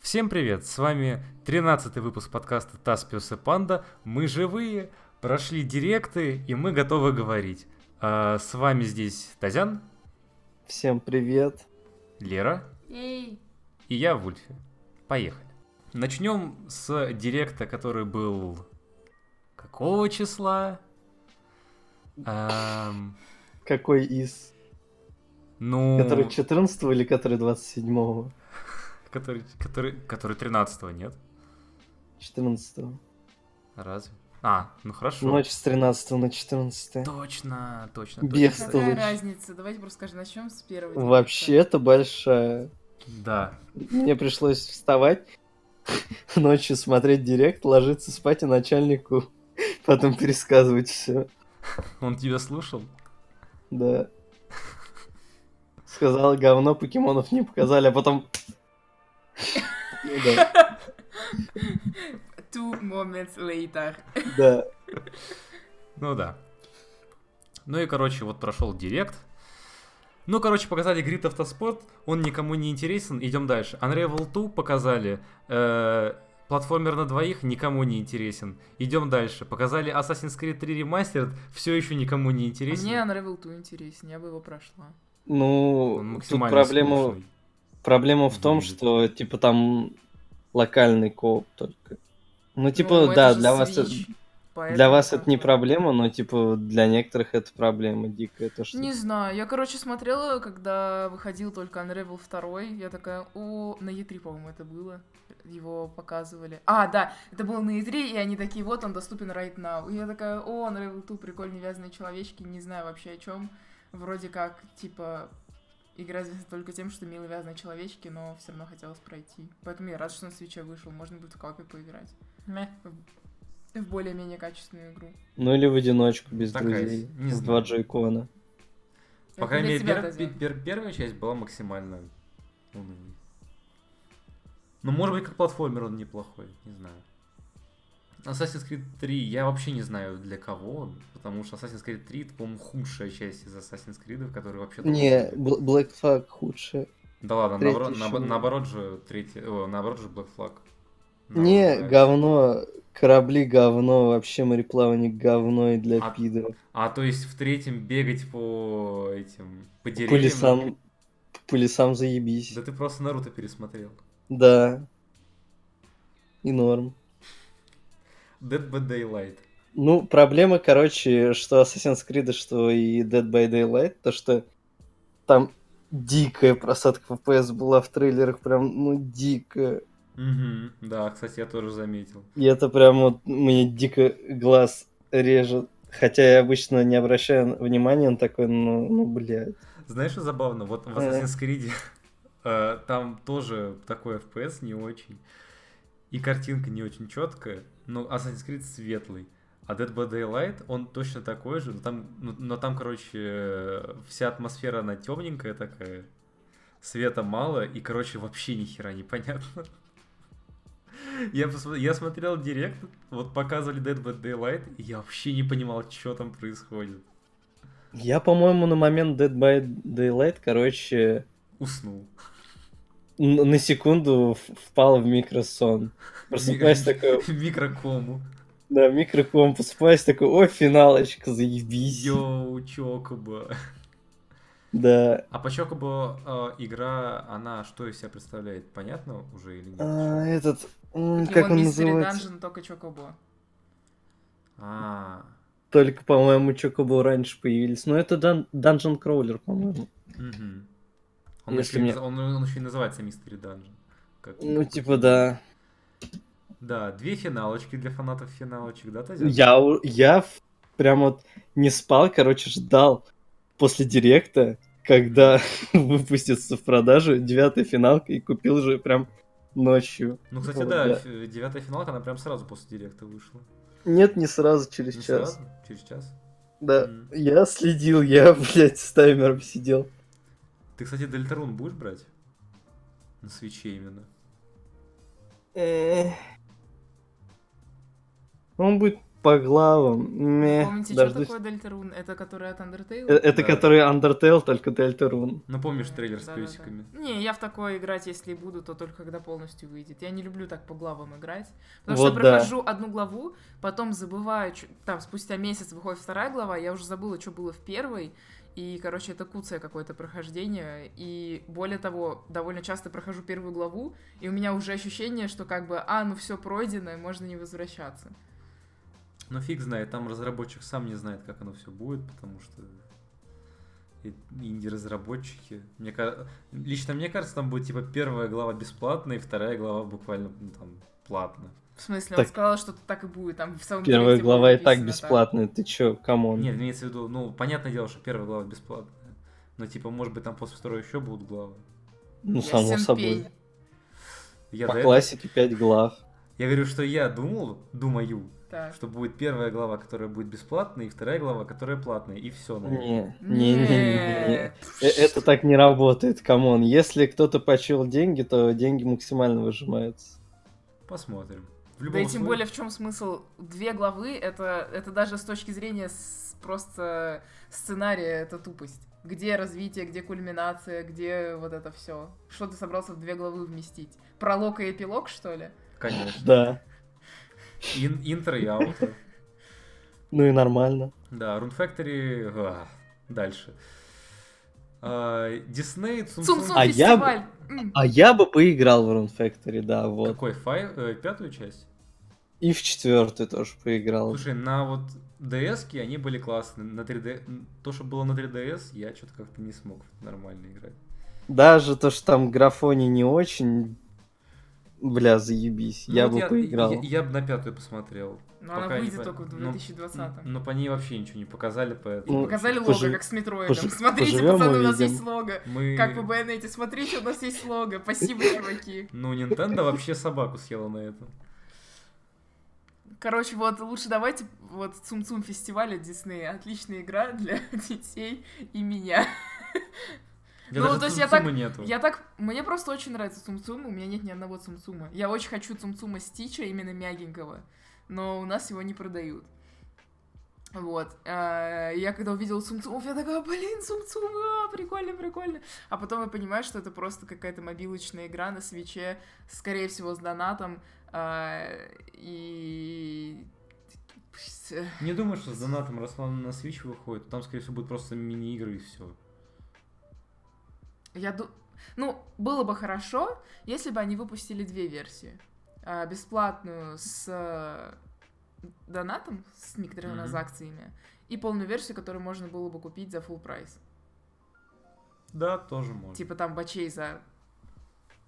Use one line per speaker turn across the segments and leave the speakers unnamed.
Всем привет, с вами 13 выпуск подкаста Таспиус и Панда. Мы живые, прошли директы и мы готовы говорить. А, с вами здесь Тазян,
Всем привет.
Лера
Эй,
и я, Вульфи. Поехали. Начнем с директа, который был... Какого числа? Ам,
Какой из?
ну...
Который 14 или который 27?
который, который, который 13 нет?
14.
Разве? А, ну хорошо.
Ночь с 13 на 14.
Точно, точно.
Без
точно.
того.
какая
лучше.
разница? Давайте просто скажем, начнем с первого. дня.
Вообще-то большая.
Да,
Мне пришлось вставать ночью смотреть директ, ложиться спать и начальнику потом пересказывать все.
он тебя слушал?
Да. Сказал, говно покемонов не показали, а потом... Ну да,
Two moments later.
да.
Ну да. Ну и, короче, вот прошел директ. Ну, короче, показали Grid Автоспорт, он никому не интересен, идем дальше. Unravel 2 показали, э, платформер на двоих никому не интересен, идем дальше. Показали Assassin's Creed 3 Remastered, все еще никому не
А
интересен.
Мне Unravel 2 интересен, я бы его прошла.
Он
Ну, тут
максимально
проблема...
скучный.
Проблема в том,
Выглядит.
что типа там локальный кооп только. Ну, типа,
Ну, это
да,
же
для вас это,
Switch,
для
поэтому
вас
как
это не
бы.
проблема, но типа для некоторых это проблема дикая. То, что...
Не знаю, я, короче, смотрела, когда выходил только Unravel 2, я такая, о, на E3, по-моему, это было, его показывали. А, да, это было на E3, и они такие, вот он доступен right now. И я такая, о, Unravel 2, прикольные вязаные человечки, не знаю вообще о чем. Вроде как, типа, игра известна только тем, что милые вязаные человечки, но все равно хотелось пройти. Поэтому я рад, что на свече вышел, можно будет в копе поиграть. Мeh. В- В более-менее качественную игру.
Ну или в одиночку без
Такая,
друзей.
не
с
знаю.
два джойкона.
По
Это
крайней
для
мере,
тебя,
пер-
Тазян.
пе- пер- первая часть была максимально унылой. Ну, может быть, как платформер он неплохой, не знаю. Assassin's Creed 3, я вообще не знаю для кого он, потому что Assassin's Creed 3, это, по-моему, худшая часть из Assassin's Creed, которые вообще...
Не, Бл- Black Flag худшее.
Да ладно,
третий
наоборот, наоб-
еще не-
наоборот же, третий, о, наоборот же Black Flag. Ну,
не,
Наоборот, да.
говно. Корабли говно, вообще мореплавание говно и для
А
пидоров.
А то есть в третьем бегать по этим, по
По
деревьям...
лесам, по лесам заебись.
Да ты просто Наруто пересмотрел.
да. И норм.
Dead by Daylight.
Ну, проблема, короче, что Assassin's Creed, что и Dead by Daylight, то что там дикая просадка FPS была в трейлерах, прям, ну, дикая.
Угу, да, кстати, я тоже заметил.
И это прям вот мне дико глаз режет. Хотя я обычно не обращаю на- внимания на такой, ну, ну блядь.
Знаешь, что забавно, вот в
Э.
Assassin's Creed э, там тоже такой FPS не очень, и картинка не очень четкая, но Assassin's Creed светлый. А Dead by Daylight, он точно такой же, но там, ну, но там короче, э, вся атмосфера, она темненькая такая, света мало, и, короче, вообще ни хера непонятно. Я, посмотр- я смотрел директ, вот показывали Dead by Daylight, и я вообще не понимал, что там происходит.
Я, по-моему, на момент Dead by Daylight, короче,
Уснул.
н- на секунду в- впал в микросон. Просыпаюсь такой,
Микрокому.
да, микроком, просыпаюсь такой, о, финалочка, заебись.
Йоу, Чокоба.
Да.
А по Чокоба э, игра, она что из себя представляет? Понятно уже или нет?
А, этот, м,
Покемон
как он
Mystery
называется?
Dungeon, только Чокобо.
А,
Только, по-моему, Чокобо раньше появились. Но это дан- Dungeon Crawler, по-моему.
мгм. Он, еще,
Если
и
мне-
наз- он, он еще и называется Мистери Данжен.
Ну, типа, да.
Да, две финалочки для фанатов финалочек, да, Тазя?
Я, у- я в- прям вот не спал, короче, ждал после директа, когда выпустится в продажу девятая финалка, и купил же прям ночью.
Ну, кстати,
Вот,
да,
да.
ф- девятая финалка, она прям сразу после директа вышла.
Нет, не сразу, через
Не
час.
сразу? Через час?
Да.
М.
Я следил, я, блядь, с таймером сидел.
Ты, кстати, Дельтарун будешь брать? На свече именно.
Э. Он будет по главам. Мeh,
Помните, что
дождусь.
такое Дельтарун? Это который от Undertale?
Э, Это
Да.
который Undertale, только Дельтарун.
Ну, помнишь
Э,
трейлер с
да-да-да.
песиками?
Не, я в такое играть, если и буду, то только когда полностью выйдет. Я не люблю так по главам играть. Потому
Вот
что
да.
я прохожу одну главу, потом забываю, чё- там спустя месяц выходит вторая глава, я уже забыла, что было в первой. И, короче, это куцая какое-то прохождение. И более того, довольно часто прохожу первую главу, и у меня уже ощущение, что как бы, а, ну все пройдено, и можно не возвращаться.
Ну, фиг знает, там разработчик сам не знает, как оно все будет, потому что и- инди-разработчики. Мне ка- Лично мне кажется, там будет типа первая глава бесплатная, и вторая глава буквально ну, там платно.
В смысле, он
Так.
сказал, что так и будет, там в самом
Первая
тексте
глава
было
и так
написано
бесплатная, ты чё, камон.
Нет, имеется в виду, ну, понятное дело, что первая глава бесплатная. Но типа, может быть, там после второй еще будут главы.
Ну,
Ясен
само собой.
пень.
Я,
По
до этого-
классике 5 глав.
я говорю, что я думал, думаю,
Так.
что будет первая глава, которая будет бесплатная, и вторая глава, которая платная, и ну, все.
Не, не, не, не, не.
Не.
Э, Это так не работает, камон. Если кто-то почил деньги, то деньги максимально выжимаются.
Посмотрим. В
Да
любом
и тем
случае-
более в чем смысл? Две главы это, это даже с точки зрения с- просто сценария это тупость. Где развитие, где кульминация, где вот это все. Что ты собрался в две главы вместить? Пролог и эпилог, что ли?
Конечно.
Да.
Ин- интро и аутро.
Ну и нормально.
Да, Rune Factory. а, дальше. А, Дисней, Цум
Цум
Цум.
Цум
А я бы-
фестиваль! М.
А я бы поиграл в Rune Factory, да, вот.
Какой? Фай- э, пятую часть?
И в четвертую тоже поиграл.
Слушай, на вот ds -ке они были классные. На 3D... м, То, что было на 3DS, я что-то как-то не смог нормально играть.
Даже то, что там графони не очень, бля, заебись.
Ну,
я
вот
бы поиграл.
Я, я бы на пятую посмотрел.
Но она
пока не
выйдет
пон-
только в
ну,
2020
Но по ней вообще ничего не показали,
И
поэтому...
ну,
показали лого,
пожи-
как с метроидом.
пожи-
Смотрите,
поживем,
пацаны, у нас
увидим.
есть лого.
Мы...
Как по Байонете, смотрите, у нас есть лого. Спасибо, чуваки.
Ну, Nintendo вообще собаку съела на этом.
Короче, вот лучше давайте вот Цум-Цум фестиваля Диснея. Отличная игра для детей и меня.
Я
Ну,
даже
то есть я
Цум-Цума
так-
нету.
Я так... Мне просто очень нравится Цум-Цум, у меня нет ни одного Цум-Цума. Я очень хочу Цум-Цума Стича, именно мягенького, но у нас его не продают. Вот. А, Я когда увидела Цум-Цумов, я такая, блин, Цум-Цум, а, прикольно, прикольно. А потом я понимаю, что это просто какая-то мобилочная игра на свече, скорее всего, с донатом. а, И...
Не думаю, что с донатом Руслан на Switch выходит. Там, скорее всего, будут просто мини-игры и все.
Я ду... Ну, было бы хорошо, если бы они выпустили две версии. А, бесплатную с э, донатом, с микротранзакциями, и полную версию, которую можно было бы купить за full прайс.
Да, тоже можно.
Типа там бачей за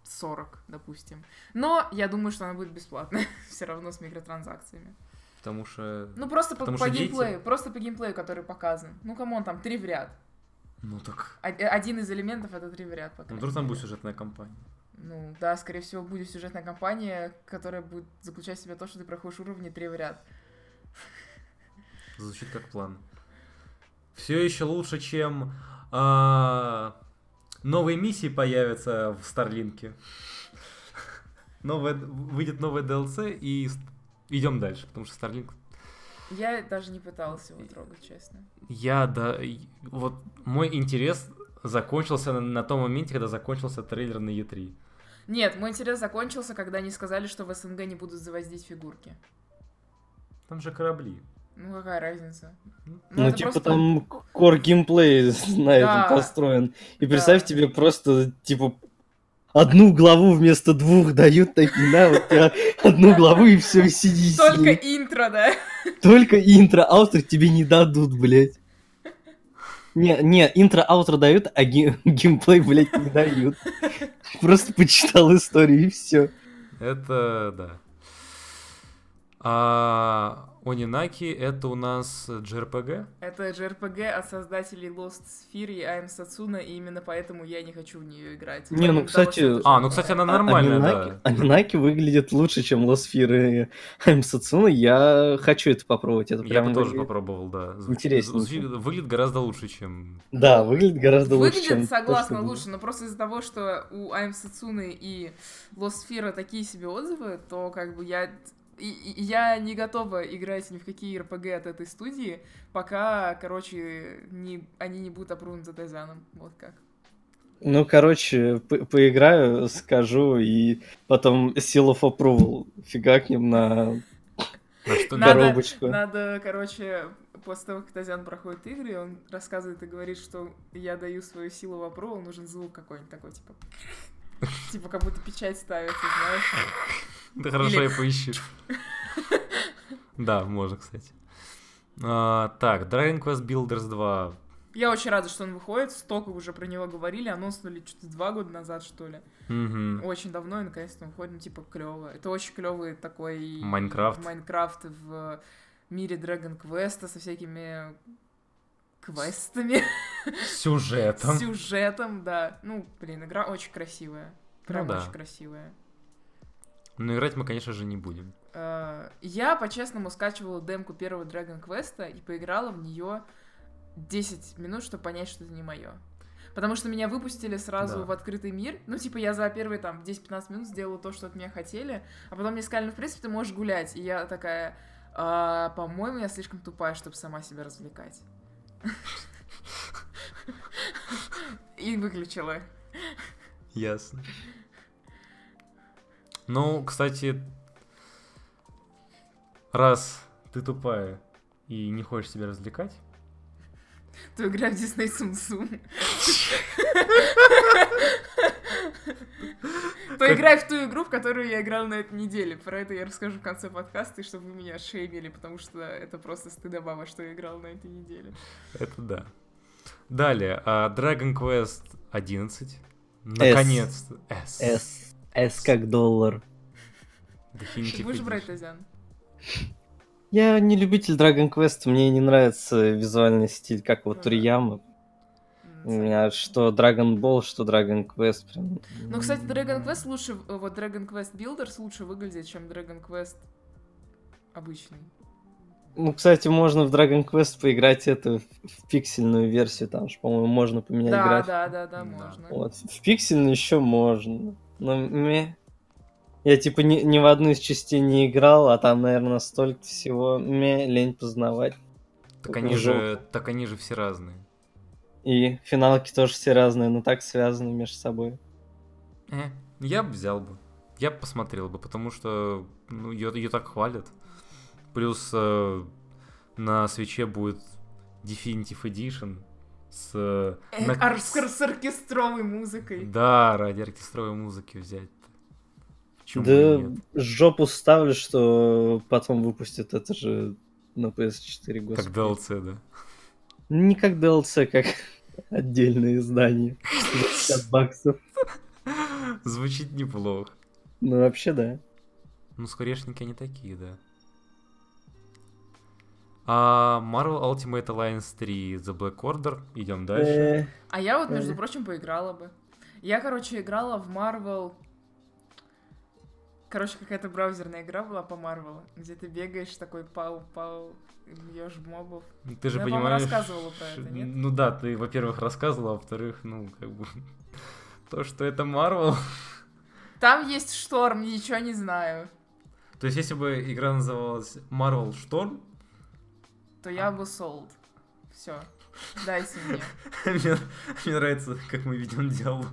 40, допустим. Но я думаю, что она будет бесплатная все равно с микротранзакциями.
Потому что...
Ну, просто по,
Потому
по
что дети-
геймплею, просто по геймплею, который показан. Ну, камон, там три в ряд.
Ну так...
О- э, один из элементов — это три в ряд. по
Ну,
крайней
вдруг там
мере.
будет сюжетная кампания.
Ну да, скорее всего, будет сюжетная кампания, которая будет заключать в себе то, что ты проходишь уровни три в ряд.
Звучит как план. Все еще лучше, чем... а, Новые миссии появятся в Старлинке. Новое... Выйдет новое DLC и... Идем дальше, потому что Старлинк...
Я даже не пыталась его трогать, честно.
Я, да... и- Вот мой интерес закончился на, на том моменте, когда закончился трейлер на E3.
Нет, мой интерес закончился, когда они сказали, что в СНГ не будут завозить фигурки.
Там же корабли.
Ну какая разница?
Ну,
это
типа
просто-
там кор геймплей на
Да.
этом построен. И представь,
Да.
тебе просто, типа, одну главу вместо двух дают такие, на, вот тебе одну главу и все, сиди с
Только
ней.
интро, да?
Только интро, аутро тебе не дадут, блядь. Не, не, интро, аутро дают, а ге- геймплей, блядь, не дают. Просто почитал историю и все.
Это да. А Онинаки это у нас JRPG?
Это JRPG от создателей Lost Sphere и I'm Satsuna, и именно поэтому я не хочу в нее играть.
Не, ну,
Помимо того,
кстати,
что это
А, ну кстати, она
JRPG.
нормальная,
Аминаки,
да.
Аминаки выглядит лучше, чем Лосфир и Амсацуна. Я хочу это попробовать. Это
Я
прям
бы тоже
выглядит-
попробовал, да.
интересненько.
звучит- выглядит гораздо лучше, чем.
Да, выглядит гораздо лучше, чем...
Выглядит,
то,
согласна,
что было.
лучше, но просто из-за того, что у I'm Satsune и Лосфера такие себе отзывы, то как бы я и- и я не готова играть ни в какие РПГ от этой студии, пока, короче, не, они не будут опрунуты Дайзаном. Вот как.
Ну, короче, по- поиграю, скажу, и потом Seal of Approval фигакнем на
На что
Надо-
коробочку.
Надо, короче, после того, как Тазян проходит игры, он рассказывает и говорит, что я даю свою силу в опробу, нужен звук какой-нибудь такой, типа... Типа как будто печать ставится, знаешь?
Ты хорошо
Или-
и поищешь. Да, можно, кстати. А, Так, Dragon Quest Builders 2.
Я очень рада, что он выходит, столько уже про него говорили, анонснули что-то два года назад, что ли.
Мгм.
Очень давно, и наконец-то он выходит, ну, типа, клево. Это очень клевый такой...
Майнкрафт.
Майнкрафт в мире Dragon Quest со всякими квестами.
С Сюжетом.
С сюжетом, да. Ну, блин, игра очень красивая. Прям
Ну да.
очень красивая.
Но Ну, играть мы, конечно же, не будем.
Э, Я, по-честному, скачивала демку первого Dragon Quest и поиграла в нее 10 минут, чтобы понять, что это не мое. Потому что меня выпустили сразу
Да.
в открытый мир. Ну, типа, я за первые там 10-15 минут сделала то, что от меня хотели. А потом мне сказали, ну, в принципе, ты можешь гулять. И я такая, «А, по-моему, я слишком тупая, чтобы сама себя развлекать. И выключила.
Ясно. Ну, кстати, раз ты тупая и не хочешь себя развлекать,
То игра в Дисней Сумсум. То играй в ту игру, в которую я играл на этой неделе. Про это я расскажу в конце подкаста, и чтобы вы меня шеймили, потому что это просто стыдоба, во что я играл на этой неделе.
это да. Далее, а, Dragon Quest 11. Наконец-то. S.
С. С как доллар.
Ты
Definitive
будешь брать,
Edition.
Тазян?
Я не любитель Dragon Quest, мне не нравится визуальный стиль, как
Ну
вот
да.
Рияма.
М,
У меня что Dragon Ball, что Dragon Quest. Прям...
Ну, кстати, Dragon Quest лучше, э, вот Dragon Quest Builders лучше выглядит, чем Dragon Quest обычный.
Ну, кстати, можно в Dragon Quest поиграть это в- в пиксельную версию, там же, по-моему, можно поменять
Да,
график.
да, да,
Да.
да, можно.
Вот. В пиксельную еще можно. Но мне... Я, типа, ни, ни в одну из частей не играл, а там, наверное, столько всего. Мне лень познавать.
Так они, же, так они же все разные.
И финалки тоже все разные, но так связаны между собой.
Э, я бы взял бы. Я бы посмотрел бы, потому что ну, ее, так хвалят. Плюс э, на свече будет Definitive Edition с... э,
Э,
на-
ор- с ор- с оркестровой музыкой.
Да, ради оркестровой музыки взять. Почему
да
и нет?
жопу ставлю, что потом выпустят это же на PS4,
Как
господи.
DLC, да.
Не как DLC, как отдельное издание. 50 баксов.
Звучит неплохо.
Ну, вообще, да.
Ну, скорешники они такие, да. А Marvel Ultimate Alliance 3 The Black Order. Идем дальше.
Э,
А я вот, между
Э.
прочим, поиграла бы. Я, короче, играла в Marvel... Короче, какая-то браузерная игра была по Марвелу, где ты бегаешь такой пау-пау, бьешь мобов.
Ты же
Ну, я, по-моему,
понимаешь...
рассказывала про это, нет?
Ну да, ты, во-первых, рассказывала, а во-вторых, ну, как бы... То, что это Marvel.
Там есть шторм, ничего не знаю.
То есть, если бы игра называлась Marvel Storm,
То я бы солд. Все. Дайте мне.
мне, мне нравится, как мы ведем диалог.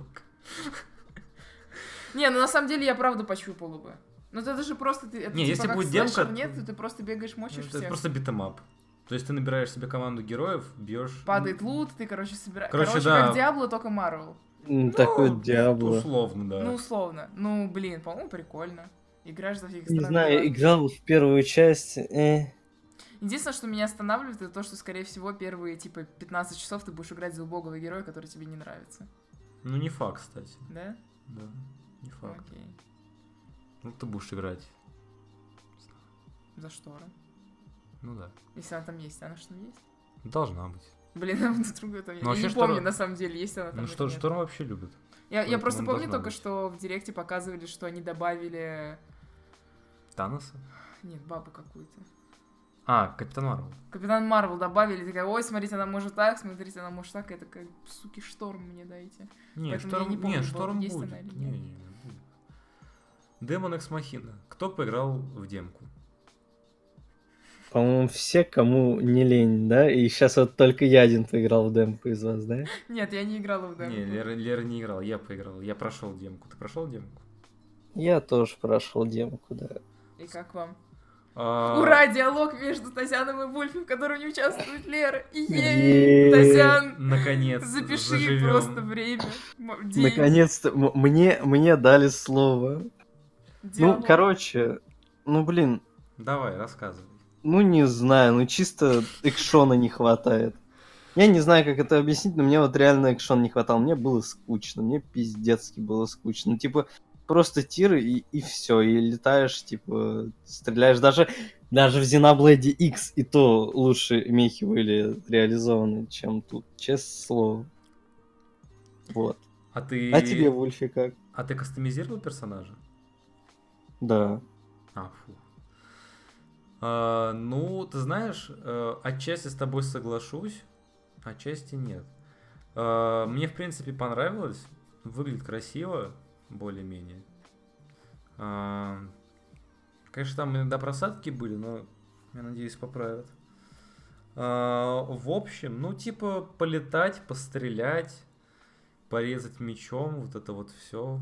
Не, ну на самом деле я правда пощупала бы. Ну это же просто ты... это
Не,
типа
если
как
будет демка,
слэшер, Нет, ты просто бегаешь, мочишь
Ну, это
всех.
просто битэмап. То есть, ты набираешь себе команду героев, ну, бьешь...
Падает лут, ты, короче, собираешь...
Короче,
Короче,
да.
как Диабло, только Марвел.
м, такой
Ну,
Диабло.
Условно, да.
Ну, условно. Ну, блин, по-моему, прикольно. Играешь за всех
Не
стран
знаю,
мира.
играл в первую часть. э.
Единственное, что меня останавливает, это то, что, скорее всего, первые, типа, 15 часов ты будешь играть за убогого героя, который тебе не нравится.
Ну, не факт, кстати.
Да?
Да, не факт.
Окей.
Ну, ты будешь играть.
За шторы.
Ну да.
Если она там есть. Она что там есть?
Должна быть.
Блин, она другая там есть.
Ну,
Я
вообще
не
Штора-
помню, на самом деле, есть она там
Ну,
или
что,
нет.
Шторм вообще любит.
Я, я
Ой,
просто
по-моему,
помню
должна
только,
быть.
что в Директе показывали, что они добавили...
Таноса?
Нет, бабу какую-то.
А, Капитан Марвел.
Капитан Марвел добавили, и такая, ой, смотрите, она может так, смотрите, она может так. Я такая, суки, шторм мне дайте.
Не,
Поэтому я
шторм,
не
не,
помню, был-
шторм
есть она
будет.
или
Не,
нет.
не, не, будет. Демон Экс Махина. Кто поиграл в демку?
по-моему, все, кому не лень, да? И сейчас вот только я один поиграл в демку из вас, да?
Нет, я не играла в демку.
Не, Лера, Лера не играл, я поиграл. Я прошел демку. Ты прошел демку?
Я тоже прошел демку, да.
И как вам?
А,
Ура, диалог между Тазяном и Вольфом, в котором не участвует Лера. И ей,
Е-е-е.
Тазян,
Наконец.
запиши
заживем.
просто время. М- день,
Наконец-то м- мне, мне дали слово. Ну,
диалог.
короче, ну, блин,
Давай, рассказывай.
ну, не знаю, ну, чисто экшона не хватает. Я не знаю, как это объяснить, но мне вот реально экшон не хватал. Мне было скучно, мне пиздецки было скучно. Типа, просто тиры и, и все, и летаешь, типа, стреляешь. Даже, даже в Xenoblade X и то лучше мехи были реализованы, чем тут, честное слово. Вот.
А ты...
А тебе, Вульфи, как?
А ты кастомизировал персонажа?
Да.
А, фу. А, ну, ты знаешь, э, отчасти с тобой соглашусь, отчасти нет. А, мне, в принципе, понравилось. Выглядит красиво, более-менее. А, конечно, там иногда просадки были, но, я надеюсь, поправят. А, в общем, ну, типа, полетать, пострелять, порезать мечом, вот это вот А, все.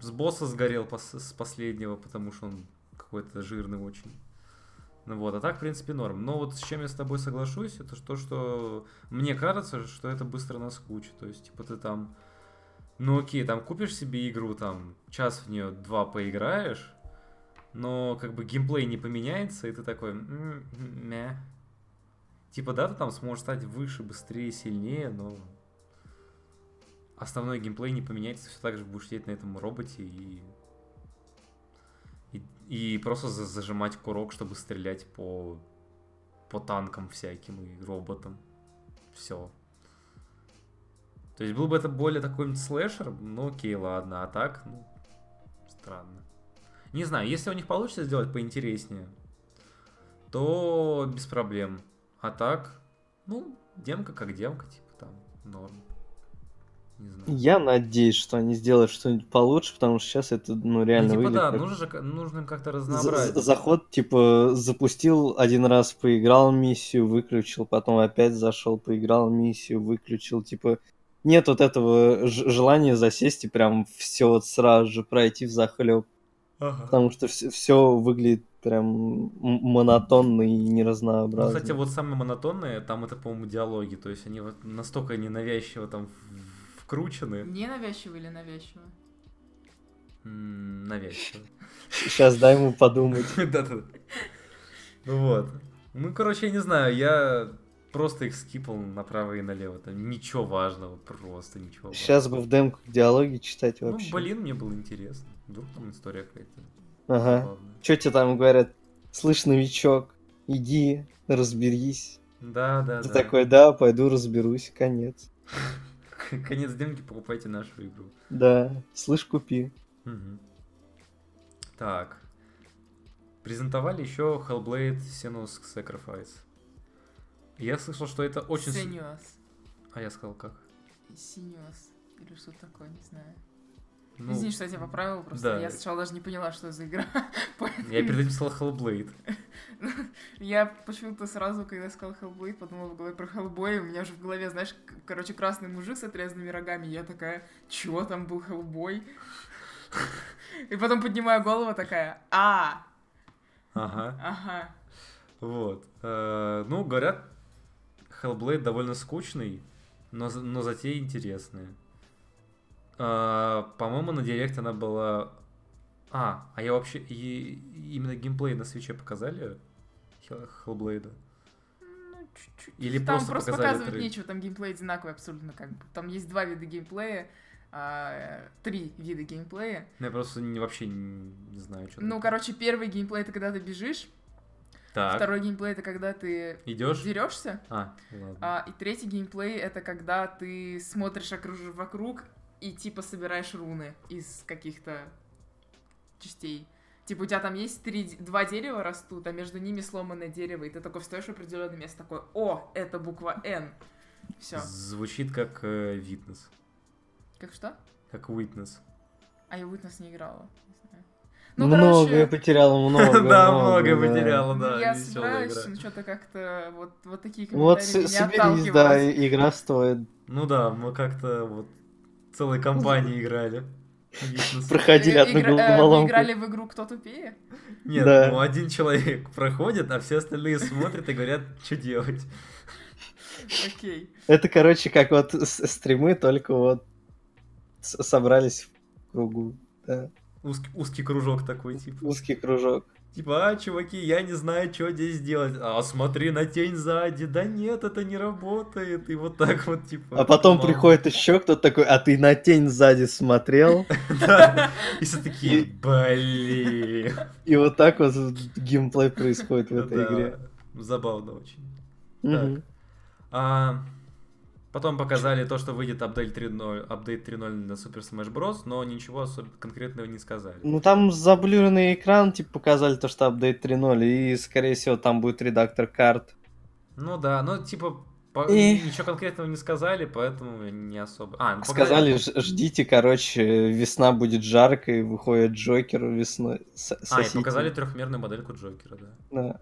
С босса сгорел пос- с последнего, потому что он какой-то жирный очень. Ну вот, а так, в принципе, норм. Но вот с чем я с тобой соглашусь, это ж то, что мне кажется, что это быстро наскучит. То есть, типа, ты там, ну окей, там купишь себе игру, там, час в нее два поиграешь, но как бы геймплей не поменяется, и ты такой, «М, м, мя. Типа, да, ты там сможешь стать выше, быстрее, сильнее, но основной геймплей не поменяется, все так же будешь сидеть на этом роботе и... И, и просто за- зажимать курок, чтобы стрелять по, по танкам всяким и роботам. Все. То есть был бы это более такой-нибудь слэшер, ну окей, ладно, а так, ну, странно. Не знаю, если у них получится сделать поинтереснее, то без проблем. А так, ну, демка как демка, типа там, норм. Не знаю.
Я надеюсь, что они сделают что-нибудь получше, потому что сейчас это, ну, реально
ну, типа,
выглядит
да,
как-
нужно, же, ка- нужно им как-то
За-
разнообразить.
за- Заход, типа, запустил один раз, поиграл миссию, выключил, потом опять зашел, поиграл миссию, выключил, типа, нет вот этого ж- желания засесть и прям все вот сразу же пройти в захлеб,
Ага.
потому что все, выглядит прям м- монотонно и
Ну,
неразнообразно.
кстати, вот самые монотонные, там это, по-моему, диалоги, то есть они вот настолько ненавязчиво там в- вкручены.
Ненавязчиво или навязчиво?
М, Навязчиво.
Сейчас дай ему подумать.
Да-да-да. Ну вот. Ну, короче, я не знаю, я просто их скипал направо и налево. Там ничего важного, просто ничего
Сейчас бы в демках диалоги читать
важного.
вообще.
Ну, блин, мне было интересно. Вдруг там история какая-то.
Ага.
забавная.
Что тебе там говорят? Слышь, новичок, иди, разберись.
Да, да,
Ты
да.
такой, да, пойду разберусь, конец.
Конец демки, покупайте нашу игру.
Да, слышь, купи.
Мгм. Так. Презентовали еще Hellblade Senua's Sacrifice. Я слышал, что это очень... с-
Синюс.
А я сказал как?
Синюс. Или что такое, не знаю.
Ну,
Извини, что я тебя поправила, просто
да.
я сначала даже не поняла, что за игра. Поэтому
я перед этим сказал Hellblade.
Я почему-то сразу, когда сказал Hellblade, подумала в голове про Hellboy, у меня же в голове, знаешь, к- короче, красный мужик с отрезанными рогами, я такая, чего там был Hellboy? И потом поднимаю голову такая, а,
Ага.
ага.
Вот. Э, Ну, говорят, Hellblade довольно скучный, но, за- но затеи интересные. Э, По-моему, на директе она была... А, а я вообще... и- Именно геймплей на свече показали Hell- Hellblade?
Ну, чуть-чуть.
Или
там
просто
просто
показали
показывать
отрыв?
нечего, там геймплей одинаковый абсолютно как бы. Там есть два вида геймплея, а, три вида геймплея.
Ну, я просто не, вообще не не знаю, что
Ну, короче, первый геймплей это когда ты бежишь,
так,
второй геймплей это когда ты
идешь?
дерешься,
А, ладно.
А, и третий геймплей это когда ты смотришь окруж... вокруг и типа собираешь руны из каких-то частей. Типа у тебя там есть три, д- два дерева растут, а между ними сломанное дерево, и ты такой встаешь в определенное место, такой, о, это буква Н. Все.
Звучит как витнес.
Как что?
Как witness.
А я в Witness не играла. не знаю. Ну,
многое
короче,
потеряла, много.
Да, многое
да.
потеряла, Ну да.
я
весёлая игра.
собираюсь, ну что-то как-то вот, вот такие
Вот
комментарии
с-
меня
соберись, да,
отталкивают.
и- игра стоит.
Ну да, мы как-то вот целой компанией играли. Видно, с-
Проходили
Э,
одну
игра- э, вы
головоломку.
играли в игру «Кто тупее?»
Нет,
Да.
ну один человек проходит, а все остальные смотрят и говорят, что делать.
Окей.
Это, короче, как вот с- стримы, только вот с- собрались в кругу. да.
Узкий, узкий кружок такой, типа.
Узкий кружок.
Типа, а, чуваки, я не знаю, что здесь делать. А смотри на тень сзади. Да нет, это не работает. И вот так вот, типа.
А потом
мам.
приходит еще кто-то такой, а ты на тень сзади смотрел?
Да. И все такие, блин.
И вот так вот геймплей происходит в этой
Ну Да.
игре.
Забавно очень.
Мгм.
А, потом показали то, что выйдет апдейт 3.0, апдейт 3.0 на Super Smash Bros., но ничего особо конкретного не сказали.
Ну там заблюренный экран, типа показали то, что апдейт 3.0, и скорее всего там будет редактор карт.
Ну да, ну типа по-
И-
ничего конкретного не сказали, поэтому не особо. А, ну, показали-
Сказали, ж- ждите, короче, весна будет жаркой, выходит Джокер весной. с-
А, и
сосите.
показали трехмерную модельку Джокера, да.
Да.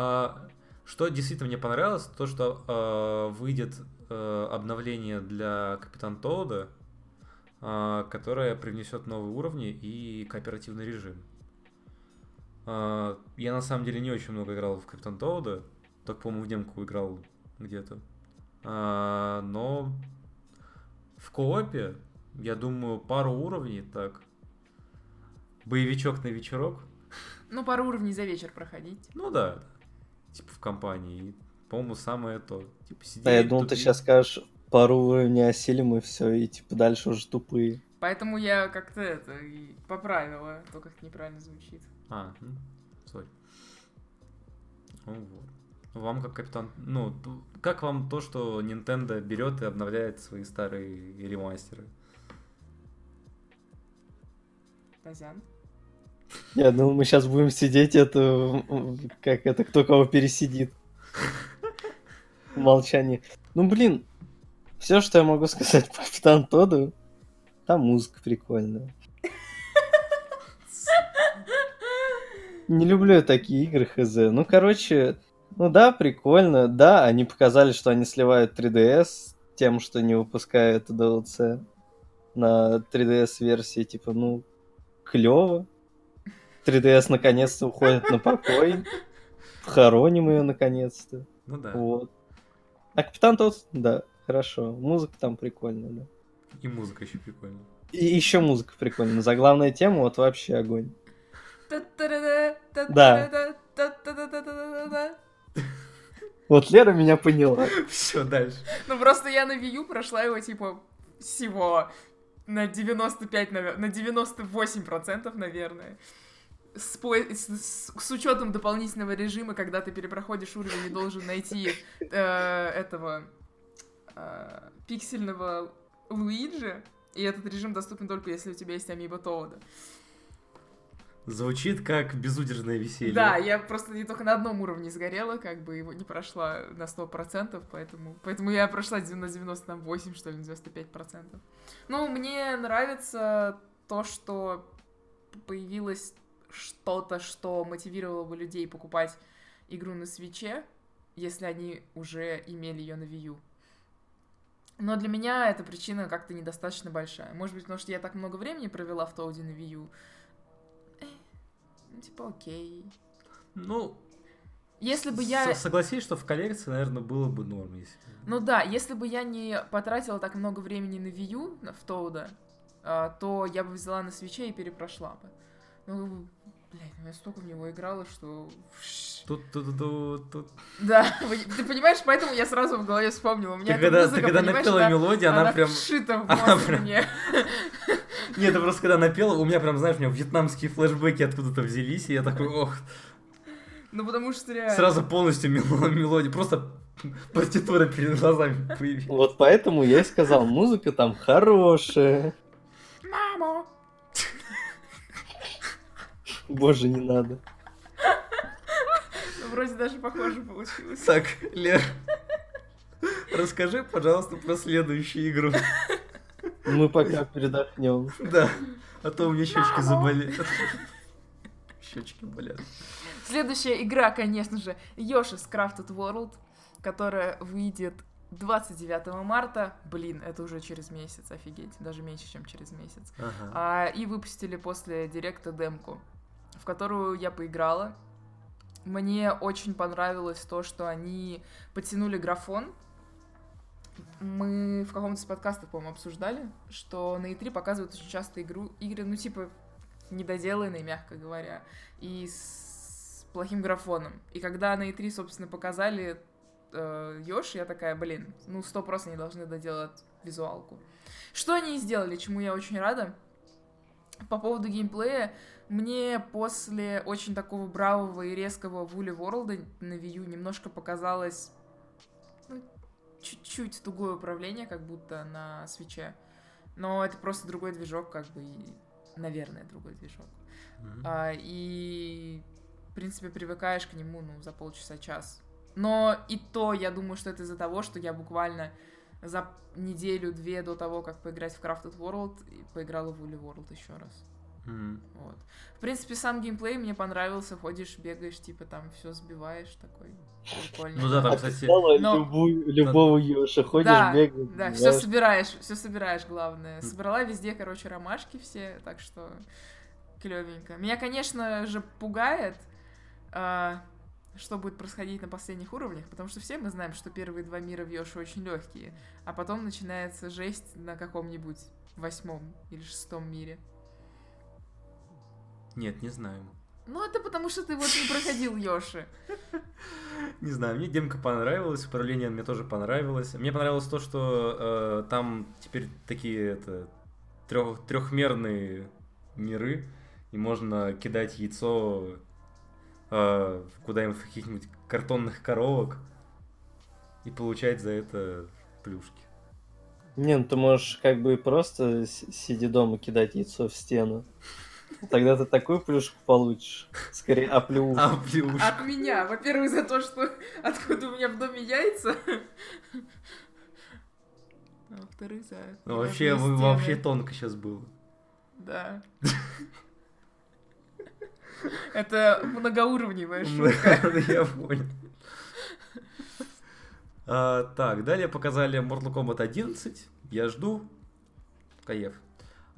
А, что действительно мне понравилось, то что а, выйдет э, обновление для Капитан Тоуда, а, которое привнесет новые уровни и кооперативный режим. А, я на самом деле не очень много играл в Капитан Тоуда, только, по-моему, в демку играл где-то. А, но в коопе, я думаю, пару уровней так. Боевичок на вечерок.
Ну, пару уровней за вечер проходить.
Ну да, да. типа в компании. И, По-моему, самое то. Типа сидеть.
Да, А я думал, ты
тупить.
сейчас скажешь, пару уровней осилим и все, и типа дальше уже тупые.
Поэтому я как-то это и поправила, то, как неправильно звучит.
А, ну, сори. Ну вот. Вам как капитан... Ну, т- как вам то, что Nintendo берет и обновляет свои старые ремастеры?
Тазян.
Я думал, мы сейчас будем сидеть, это м, как это, кто кого пересидит. Молчание. Ну блин, все, что я могу сказать по Капитан Тоду, там музыка прикольная. Не люблю я такие игры, хз. Ну, короче, ну да, прикольно. Да, они показали, что они сливают 3DS тем, что не выпускают DLC на 3DS-версии. Типа, ну, клево. 3DS наконец-то уходит на покой. Хороним ее наконец-то.
Ну да.
Вот. А Капитан тот, да, хорошо. Музыка там прикольная, да.
И музыка еще прикольная.
И еще музыка прикольная. За главную тему вот вообще огонь.
Та-та-да-да,
Да.
та-та-да-да, та-та-да-да-да-да-да.
Вот Лера меня поняла.
Все, дальше.
Ну, просто я на Wii U прошла его, типа, всего на 95, навер- на 98%, наверное. С, по- с- с- с учетом дополнительного режима, когда ты перепроходишь уровень и должен найти э, этого э, пиксельного Луиджи, и этот режим доступен только если у тебя есть Амиба Тоуда.
Звучит как безудержное веселье.
Да, я просто не только на одном уровне сгорела, как бы его не прошла на 100%, поэтому, поэтому я прошла дев- на 98, что ли, на 95%. Ну, мне нравится то, что появилось что-то, что мотивировало бы людей покупать игру на свече, если они уже имели ее на Wii U. Но для меня эта причина как-то недостаточно большая. Может быть, потому что я так много времени провела в Тоуди на Wii U. Э, ну, типа, окей.
Ну,
Если бы я...
с- согласись, что в коллекции, наверное, было бы норм, если...
Ну да, если бы я не потратила так много времени на Wii U, на- в Тоуда, а, то я бы взяла на свече и перепрошла бы. Ну, блядь, ну я столько в него играла, что...
Тут, тут, тут, тут.
Да, вы- ты понимаешь, поэтому я сразу в голове вспомнила. У меня
Ты
эта
когда, ты
музыка,
когда
понимаешь,
напела
она-
мелодию, она, прям...
вшита в
она
мозг
прям-
мне.
Нет, это просто когда напела, у меня прям, знаешь, у меня вьетнамские флешбеки откуда-то взялись, и я такой, ох,
Ну потому что реально...
сразу полностью мел- мелодия, просто партитура перед глазами появилась.
Вот поэтому я и сказал, музыка там хорошая.
Мамо!
Боже, не надо.
Ну, вроде даже похоже получилось.
Так, Лер, расскажи, пожалуйста, про следующую игру.
Мы пока передохнем.
Да, А то у меня щечки заболели. Щечки болят.
Следующая игра, конечно же, Yoshi's Crafted World, которая выйдет 29 марта. Блин, это уже через месяц, офигеть, даже меньше, чем через месяц.
Ага.
А, и выпустили после директа демку, в которую я поиграла. Мне очень понравилось то, что они подтянули графон. Мы в каком-то из подкастов, по-моему, обсуждали, что на E3 показывают очень часто игру, игры, ну, типа, недоделанные, мягко говоря, и с плохим графоном. И когда на E3, собственно, показали э, Йоши, я такая, блин, ну, сто просто не должны доделать визуалку. Что они и сделали, чему я очень рада. По поводу геймплея, мне после очень такого бравого и резкого Вули Ворлда на Wii U немножко показалось ну, чуть-чуть тугое управление, как будто на свече. Но это просто другой движок, как бы, и, наверное, другой движок.
Мгм.
А, и, в принципе, привыкаешь к нему, ну, за полчаса-час. Но и то, я думаю, что это из-за того, что я буквально за неделю-две до того, как поиграть в Crafted World, и поиграла в Woolly World еще раз.
Мгм.
Вот. В принципе, сам геймплей мне понравился. Ходишь, бегаешь, типа там все сбиваешь такой. Прикольно.
Ну да, там, кстати,
Описала
но-
любую- любого Йоша. Ходишь,
да,
бегаешь.
да, все
знаешь.
собираешь, все собираешь, главное. Собрала везде, короче, ромашки все, так что клевенько. Меня, конечно же, пугает, а, что будет происходить на последних уровнях, потому что все мы знаем, что первые два мира в Йоши очень легкие, а потом начинается жесть на каком-нибудь восьмом или шестом мире.
Нет, не знаю.
Ну, это потому что ты вот не проходил Йоши.
Не знаю, мне демка понравилась, управление мне тоже понравилось. Мне понравилось то, что э, там теперь такие это, трех, трехмерные миры, и можно кидать яйцо э, в куда-нибудь в каких-нибудь картонных коровок и получать за это плюшки.
Не, ну ты можешь как бы и просто с- сидя дома кидать яйцо в стену. Тогда ты такую плюшку получишь. Скорее, оплюшку.
А, плюшки.
От меня. Во-первых, за то, что откуда у меня в доме яйца. А во-вторых, за...
Ну, вообще,
разные
вы-
стены.
вообще тонко сейчас было.
Да. Это многоуровневая
Ну,
шутка.
Я понял. А, Так, далее показали Mortal Kombat 11. Я жду. Каев.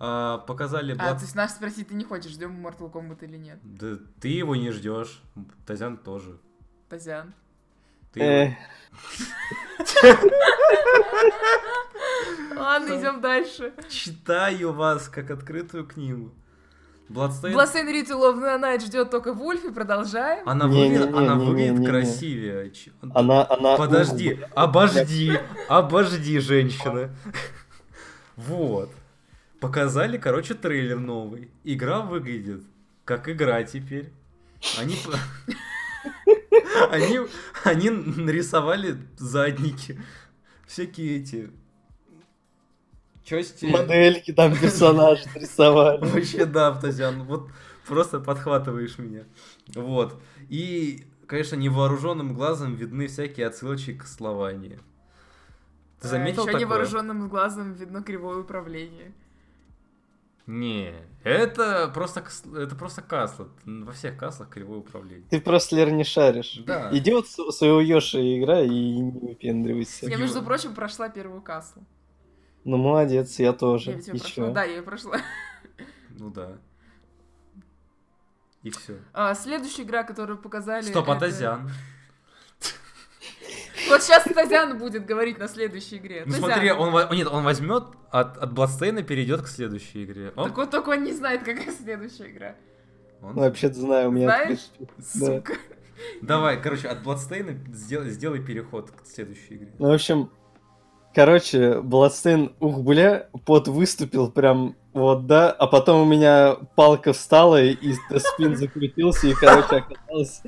А, Показали
А,
Blood-
то есть нас спросить, ты не хочешь, ждем Mortal Kombat или нет?
Да ты его не ждешь. Тазян тоже.
Тазян.
Ты его-
Э,
Ладно, идем дальше.
Читаю вас как открытую книгу. Bloodstained...
Бластейн Риту Ловна Найт ждет только Вульфи, продолжаем.
Она
Не, не,
выглядит,
не,
она
не, не,
выглядит
не, не.
красивее. Ч-
Она, она...
Подожди, обожди, обожди, женщина. Вот. Показали, короче, трейлер новый. Игра выглядит как игра теперь. Они... п- Они, они нарисовали задники. Всякие эти... Части...
Модельки там персонажи рисовали.
Вообще да, Тазян, вот просто подхватываешь меня. Вот. И, конечно, невооруженным глазом видны всякие отсылочки к Словании. Ты заметил
Еще
такое?
невооруженным глазом видно кривое управление.
Не, это просто, кс- это просто касла. Во всех каслах кривое управление.
Ты просто, Лер, не шаришь.
Да.
Иди вот с- своего Йоши играй и не выпендривайся.
Я,
Таким-
между прочим, прошла первую кассу.
Ну, молодец, я тоже.
Я ведь её
И
прошла.
чё?
Да, я её прошла.
Ну да. И все.
А, следующая игра, которую показали...
Стоп, а
это-
Тазян?
Вот сейчас Тазян будет говорить на следующей игре.
Ну
Тазян.
смотри, он, во- нет, он возьмет от, от Бладстейна перейдет к следующей игре. Он,
Так вот только он не знает, какая следующая игра.
он-
Ну, вообще-то знаю, у меня...
Знаешь?
открыт список, да.
Сука.
Давай, короче, от Бладстейна сделай, сделай переход к следующей игре.
Ну, в общем, короче, Бладстейн, ух, бля, пот выступил прям вот, да, а потом у меня палка встала, и спин закрутился, и, короче, оказалось,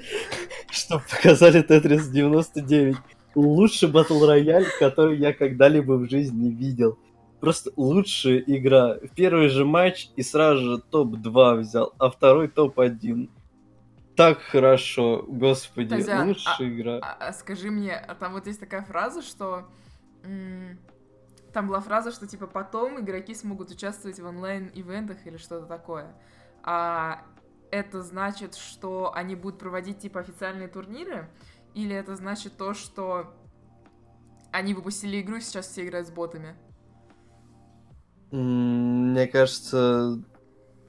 что показали Тетрис 99. Лучший батл рояль, который я когда-либо в жизни видел. Просто лучшая игра. Первый же матч и сразу же топ-2 взял, а второй топ-1. Так хорошо, господи,
Тазян, а-
лучшая игра.
А, а скажи мне, а там вот есть такая фраза, что м, Там была фраза, что типа потом игроки смогут участвовать в онлайн-ивентах или что-то такое. А это значит, что они будут проводить типа официальные турниры? Или это значит то, что они выпустили игру, и сейчас все играют с ботами?
М, Мне кажется,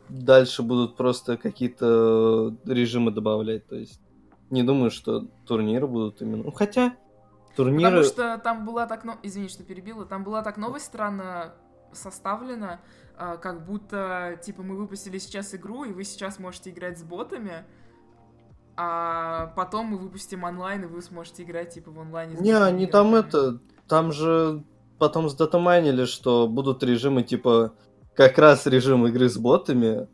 дальше будут просто какие-то режимы добавлять. То есть не думаю, что турниры будут именно. Ну, хотя турниры...
Потому что там была так, но... извини, что перебила, там была так новость странно составлена, а, как будто, типа, мы выпустили сейчас игру, и вы сейчас можете играть с ботами, а потом мы выпустим онлайн, и вы сможете играть, типа, в онлайне. с
Не,
другими
они там
игроками.
это, там же потом сдатамайнили, что будут режимы типа как раз режим игры с ботами.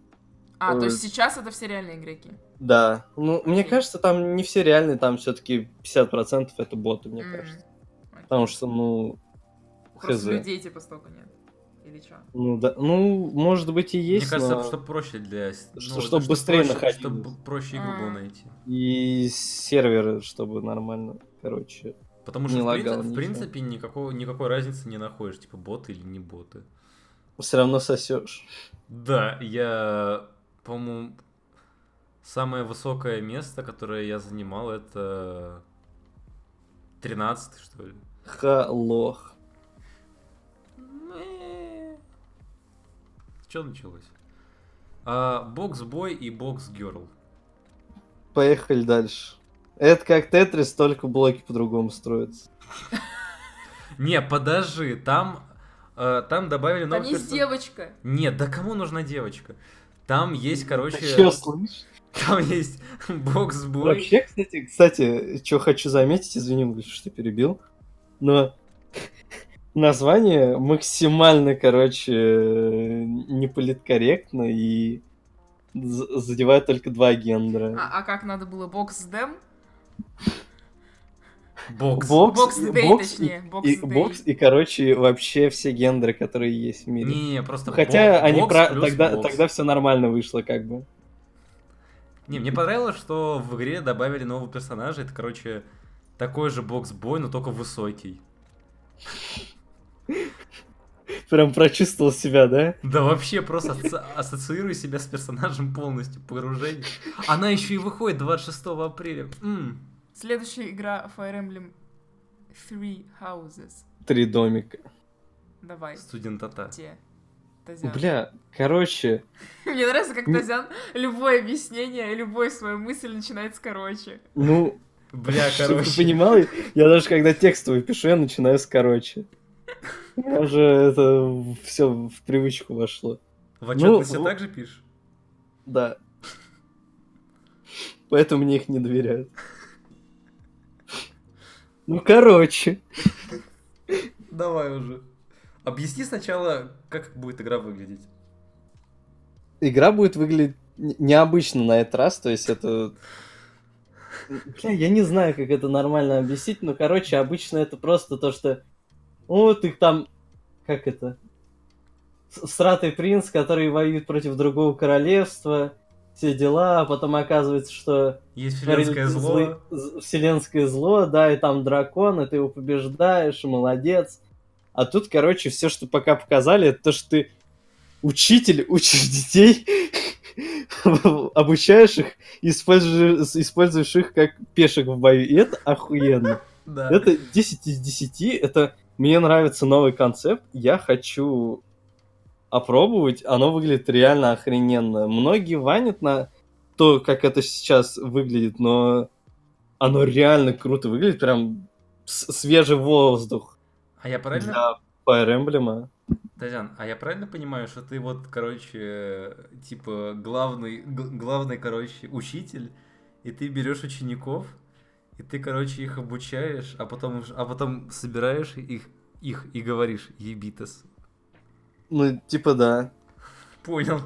А, то есть
э,
сейчас это все реальные игроки?
Да. Ну, мне
Окей.
кажется, там не все реальные, там все-таки 50% это боты, мне
М.
кажется.
Окей.
Потому что, ну, хз.
Просто людей, типа, столько нет. Или что?
Ну, да. ну, может быть и есть,
Мне кажется,
но
чтобы проще для... с- ну,
Что- чтоб быстрее находилось.
Чтобы проще игру было
А.
найти.
и серверы, чтобы нормально, короче.
Потому что,
Не
в, принципе-
лагало
в
ничего.
принципе, никакого, никакой разницы не находишь, типа, боты или не боты.
Все равно сосешь.
Да, я, по-моему, самое высокое место, которое я занимал, это 13 что ли.
Халох.
Что началось? А, бокс-бой и бокс-герл.
Поехали дальше. Это как Тетрис, только блоки по-другому строятся.
Не, подожди, там, э, там добавили
Ну,
Там
новых
есть
персон-
девочка.
Нет, да кому нужна девочка? Там есть, короче,
Чё, слышишь?
там есть бокс-бой.
Вообще, кстати, кстати, что хочу заметить, извини, Мгла, что перебил, но название максимально, короче, неполиткорректно и за- задевает только два гендера.
А, а как надо было бокс с Дэм?
Бокс.
Бокс Дэй,
бокс
точнее.
и-
А, Бокс
и,
Дэй.
бокс и, короче, вообще все гендеры, которые есть в мире.
Не, просто
Ну, Хотя
бо-
они
бокс
про-
плюс
тогда,
бокс.
тогда все нормально вышло, как бы.
Не, мне понравилось, что в игре добавили нового персонажа. Это, короче, такой же бокс-бой, но только высокий.
Прям прочувствовал себя, да?
Да вообще просто асоци- ассоциирую себя с персонажем полностью погружение. Она еще и выходит 26 апреля. М.
Следующая игра Fire Emblem Three Houses.
Три домика.
Давай.
Студентата.
Те. Тазян.
Бля, короче,
Мне нравится, как
Не-
Тазян любое объяснение, любую свою мысль начинает с короче.
ну,
Бля,
Чтоб Ты
короче.
понимал, я даже когда текстовый пишу, я начинаю с короче. У меня уже это все в привычку вошло.
В отчетности
Ну, в-
так же пишешь?
Да. Поэтому мне их не доверяют. Ну, короче.
Давай уже. Объясни сначала, как будет игра выглядеть.
Игра будет выглядеть не- необычно на этот раз, то есть это... Бля, я не знаю, как это нормально объяснить, но, короче, обычно это просто то, что... О, ты там... Как это? С- Сратый принц, который воюет против другого королевства, все дела, а потом оказывается, что...
Есть вселенское
творит
зло.
злы- з- Вселенское зло, да, и там дракон, и ты его побеждаешь, и молодец. А тут, короче, все, что пока показали, это то, что ты учитель, учишь детей, обучаешь их, используешь, используешь их как пешек в бою. И это охуенно.
Да.
Это 10 из 10. Это мне нравится новый концепт. Я хочу опробовать. Оно выглядит реально охрененно. Многие ванят на то, как это сейчас выглядит, но оно реально круто выглядит. Прям с- свежий воздух
А я правильно
для Fire Emblem.
Тазян, а я правильно понимаю, что ты вот, короче, э, типа главный, г- главный, короче, учитель, и ты берешь учеников, и ты, короче, их обучаешь, а потом, уж- а потом собираешь их, их и говоришь «Ебитас».
Ну, типа да.
Понял.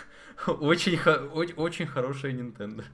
Очень, хо- о- очень хорошая Nintendo.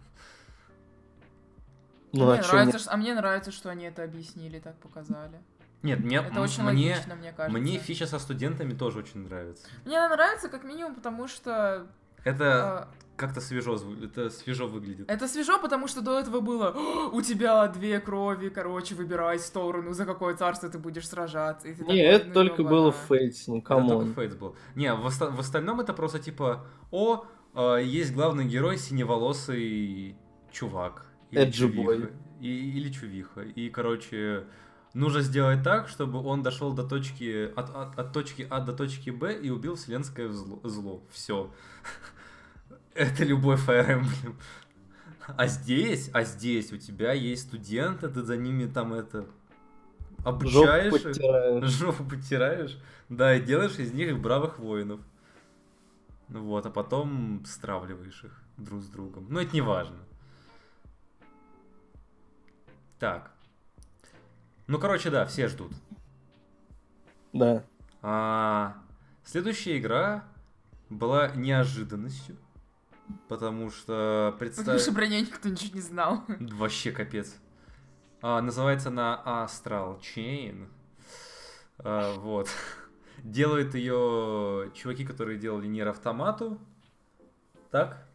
Ну,
мне
а чё
нравится,
нет?
что- а мне нравится, что они это объяснили, так показали.
Нет, мне,
это очень
мне,
логично, мне кажется.
мне фича со студентами тоже очень нравится.
Мне она нравится, как минимум, потому что
Это
э,
как-то свежо, зву- это свежо выглядит.
а, Это свежо, потому что до этого было «О, у тебя две крови, короче, выбирай сторону, за какое царство ты будешь сражаться. И ты такой,
Не, это
«Ну,
только
ёбана».
было в Фейтс, ну
Это только
камон.
Фейтс был. Не, в, оста- в остальном это просто типа, о, э, есть главный герой синеволосый чувак. Или
Эджи-бой.
чувиха. И- или чувиха. И, короче, нужно сделать так, чтобы он дошел до точки, от, от- от точки А до точки Б и убил вселенское зло. Все. Это любой Fire Emblem. А здесь, а здесь у тебя есть студенты, ты за ними там это
Жопу
обучаешь. их.
подтираешь.
Жопу потираешь, да, и делаешь из них бравых воинов. Ну Вот, а потом стравливаешь их друг с другом. Но это не важно. Так. Ну, короче, да, все ждут.
Да.
А, следующая игра была неожиданностью, потому что
Потому что
представь...
про нее никто ничего не знал.
Вообще капец. А, называется она Astral Chain. А, вот. Делают ее чуваки, которые делали Нир Автомату. Так.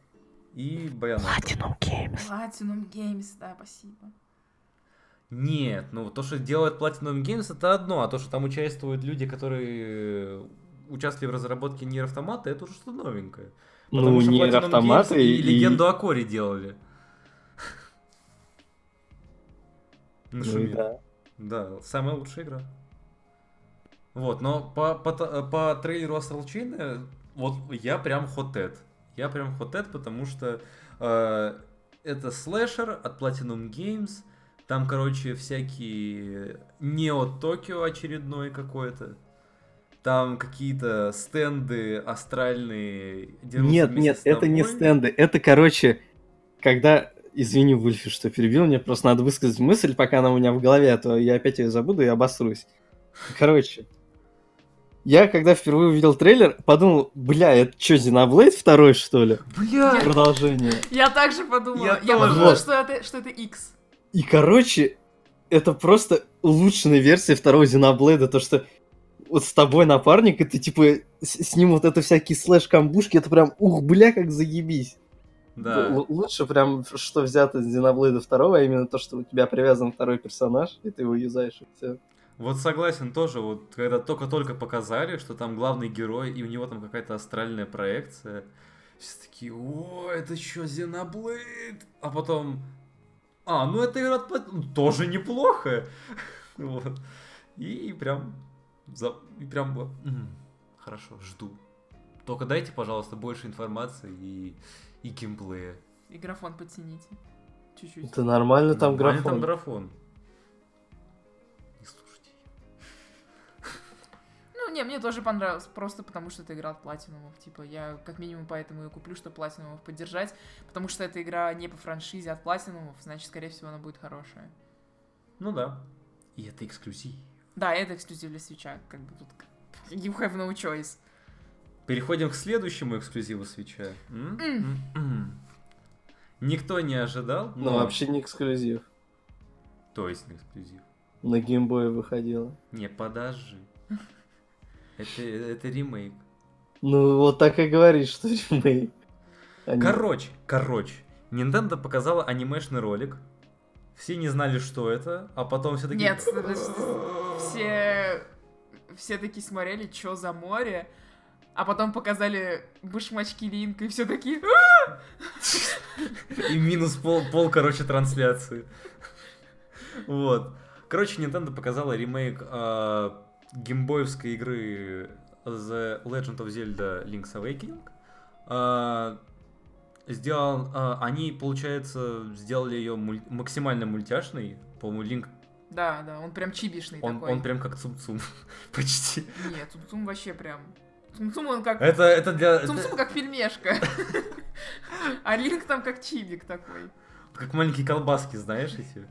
И Байонет.
Platinum Games, да, спасибо.
Нет, ну то, что делает Platinum Games, это одно, а то, что там участвуют люди, которые участвовали в разработке Нир Автомата, это уже что-то новенькое.
Ну,
что
не
Platinum Games
автоматы
и...
и...
Легенду о Коре делали.
Ну и
Нашумели.
да.
Да, самая лучшая игра. Вот, но по, по, та- по трейлеру Astral Chain э, вот я прям хотет. Я прям хотет, потому что э, это слэшер от Platinum Games. Там, короче, всякие Нео Токио очередной какой-то. Там какие-то стенды астральные. дерутся
Нет,
вместе
нет,
с
это не
тобой.
стенды. Это, короче, когда... Извини, Вульфи, что перебил, мне просто надо высказать мысль, пока она у меня в голове, а то я опять ее забуду и обосрусь. Короче, я когда впервые увидел трейлер, подумал, бля, это что, Xenoblade второй, что ли?
Бля!
Продолжение.
Я также подумала.
Я
Я
тоже.
подумала,
Вот.
что это, что это X.
И, короче, это просто улучшенная версия второго Зеноблейда, то, что вот с тобой напарник, и ты, типа, с, с ним вот это всякие слэш-камбушки, это прям, ух, бля, как заебись.
Да.
Л- лучше прям, что взято с Зеноблейда второго, а именно то, что у тебя привязан второй персонаж, и ты его юзаешь, и все.
Вот согласен тоже, вот когда только-только показали, что там главный герой, и у него там какая-то астральная проекция, все такие, о, это что, Зеноблейд? А потом, а, ну это игра от Plat- ну, тоже неплохо. Вот. И прям, за... и прям, было, «М, хорошо, жду. Только дайте, пожалуйста, больше информации и, и геймплея.
И графон подтяните. Чуть-чуть.
Это нормально там
Нормальный
графон.
там графон. Не слушайте.
Ну, не, мне тоже понравилось, просто потому что это игра от платинумов. Типа, я как минимум поэтому и куплю, что платинумов поддержать, потому что эта игра не по франшизе а от платинумов, значит, скорее всего, она будет хорошая.
Ну да. И это эксклюзив.
Да, это эксклюзив для свеча, как бы тут к- you have no choice.
Переходим к следующему эксклюзиву свеча. М?
М.
М-м. Никто не ожидал,
Но
но-
Ну, вообще не эксклюзив.
То есть не эксклюзив.
На геймбое выходило.
Не, подожди. Это, это ремейк.
Ну, вот так и говоришь, что ремейк. А не-
Короче, короче. Nintendo показала анимешный ролик. Все не знали, что это, а потом все такие...
Нет, Все, все такие смотрели, что за море, а потом показали башмачки Линка, и все такие... «А!»
И минус пол, пол, короче, трансляции. Вот. Короче, Nintendo показала ремейк э, геймбоевской игры The Legend of Zelda Link's Awakening. Э, сделал, э, они, получается, сделали ее муль- максимально мультяшной. По-моему, Линк,
Да, да, он прям чибишный
он,
такой.
он прям как Цум-Цум. Почти.
Нет, Цумцум вообще прям... Цумцум он как...
Это, это для... это
Цумцум как фильмешка. А Линк там как чибик такой.
как маленькие колбаски, знаешь, эти?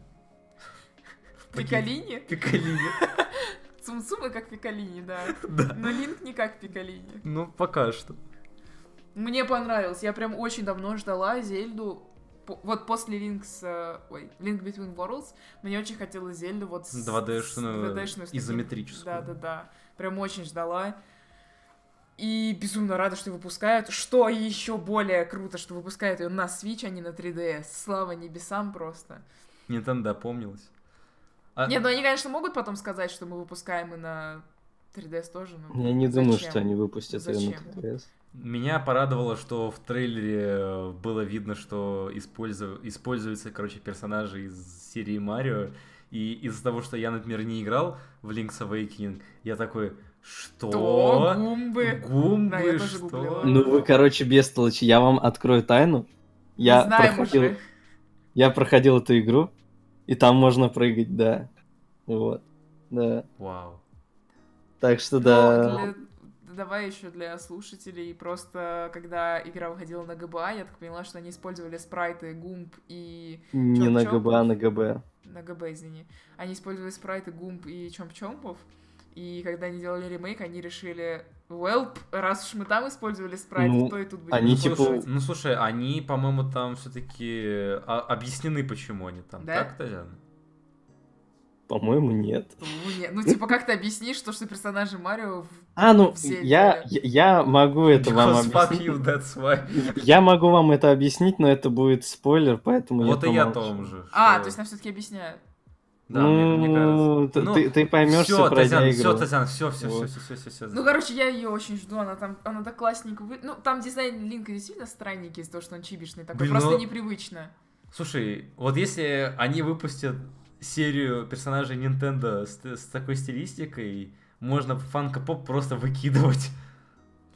В пакете.
Пикалини?
Пикалини.
Цумцумы как Пикалини, да.
Да.
Но Линк не как Пикалини.
Ну, пока что.
Мне понравилось. Я прям очень давно ждала Зельду. По- Вот после Линкс... э, Ой, Link Between Worlds мне очень хотелось Зельду вот с...
2D-шную,
с 2D-шную с таким-
изометрическую.
Да-да-да. Прям очень ждала. И безумно рада, что выпускают. Что еще более круто, что выпускают ее на Switch, а не на 3DS. Слава небесам просто.
Nintendo помнилось. А,
Нет, ну они, конечно, могут потом сказать, что мы выпускаем и на 3DS тоже. но
Я не думаю,
зачем?
что они выпустят ее
Зачем?
на 3DS.
Меня порадовало, что в трейлере э, было видно, что использу- используются, короче, персонажи из серии Марио. И из-за того, что я, например, не играл в Link's Awakening, я такой, что?
То, гумбы.
Гумбы,
Да, я тоже
что?
гуглила.
Ну вы, короче, бестолочи, я вам открою тайну. Я
Мы знаем
проходил,
уже.
я проходил эту игру, и там можно прыгать, да. Вот. Да.
Вау.
Так что
Ну,
да.
для- Давай еще для слушателей. Просто когда игра выходила на ГБА, я так поняла, что они использовали спрайты гумб и...
Не
ну, Чё-
на
чё?
ГБ, а на ГБ.
На ГБ, извини. Они использовали спрайты гумб и чомп-чомпов. И когда они делали ремейк, они решили... Уэлп, раз уж мы там использовали спрайты,
Ну,
то и тут будем
они
ну,
типа-
слушай,
использовать.
ну, слушай, они, по-моему, там все-таки объяснены, почему они там.
Да?
Так, Татьяна?
По-моему, нет.
Ну, не- ну, типа, как ты объяснишь то, что персонажи Марио... в-
А, ну,
В Зельде.
я, я, я могу это вам
Because Типа, fuck
объяснить.
you, that's why.
Я могу вам это объяснить, но это будет спойлер, поэтому
вот и я о
помолчу.
том же.
А,
что-
то есть нам все-таки объясняют.
Да,
ну,
мне, мне кажется.
т- ты, ты поймешь,
все,
пройдя
Татьяна,
игру.
все, Татьяна, все, все,
Вот.
все, все, все, все.
Ну, короче, я ее очень жду, она там, она так классненько вы... Ну, там дизайн Линка действительно странненький из-за того, что он чибишный такой,
Блин,
просто
ну-
непривычно.
Слушай, вот если они выпустят серию персонажей Nintendo с, т- с такой стилистикой, можно фанка-поп просто выкидывать.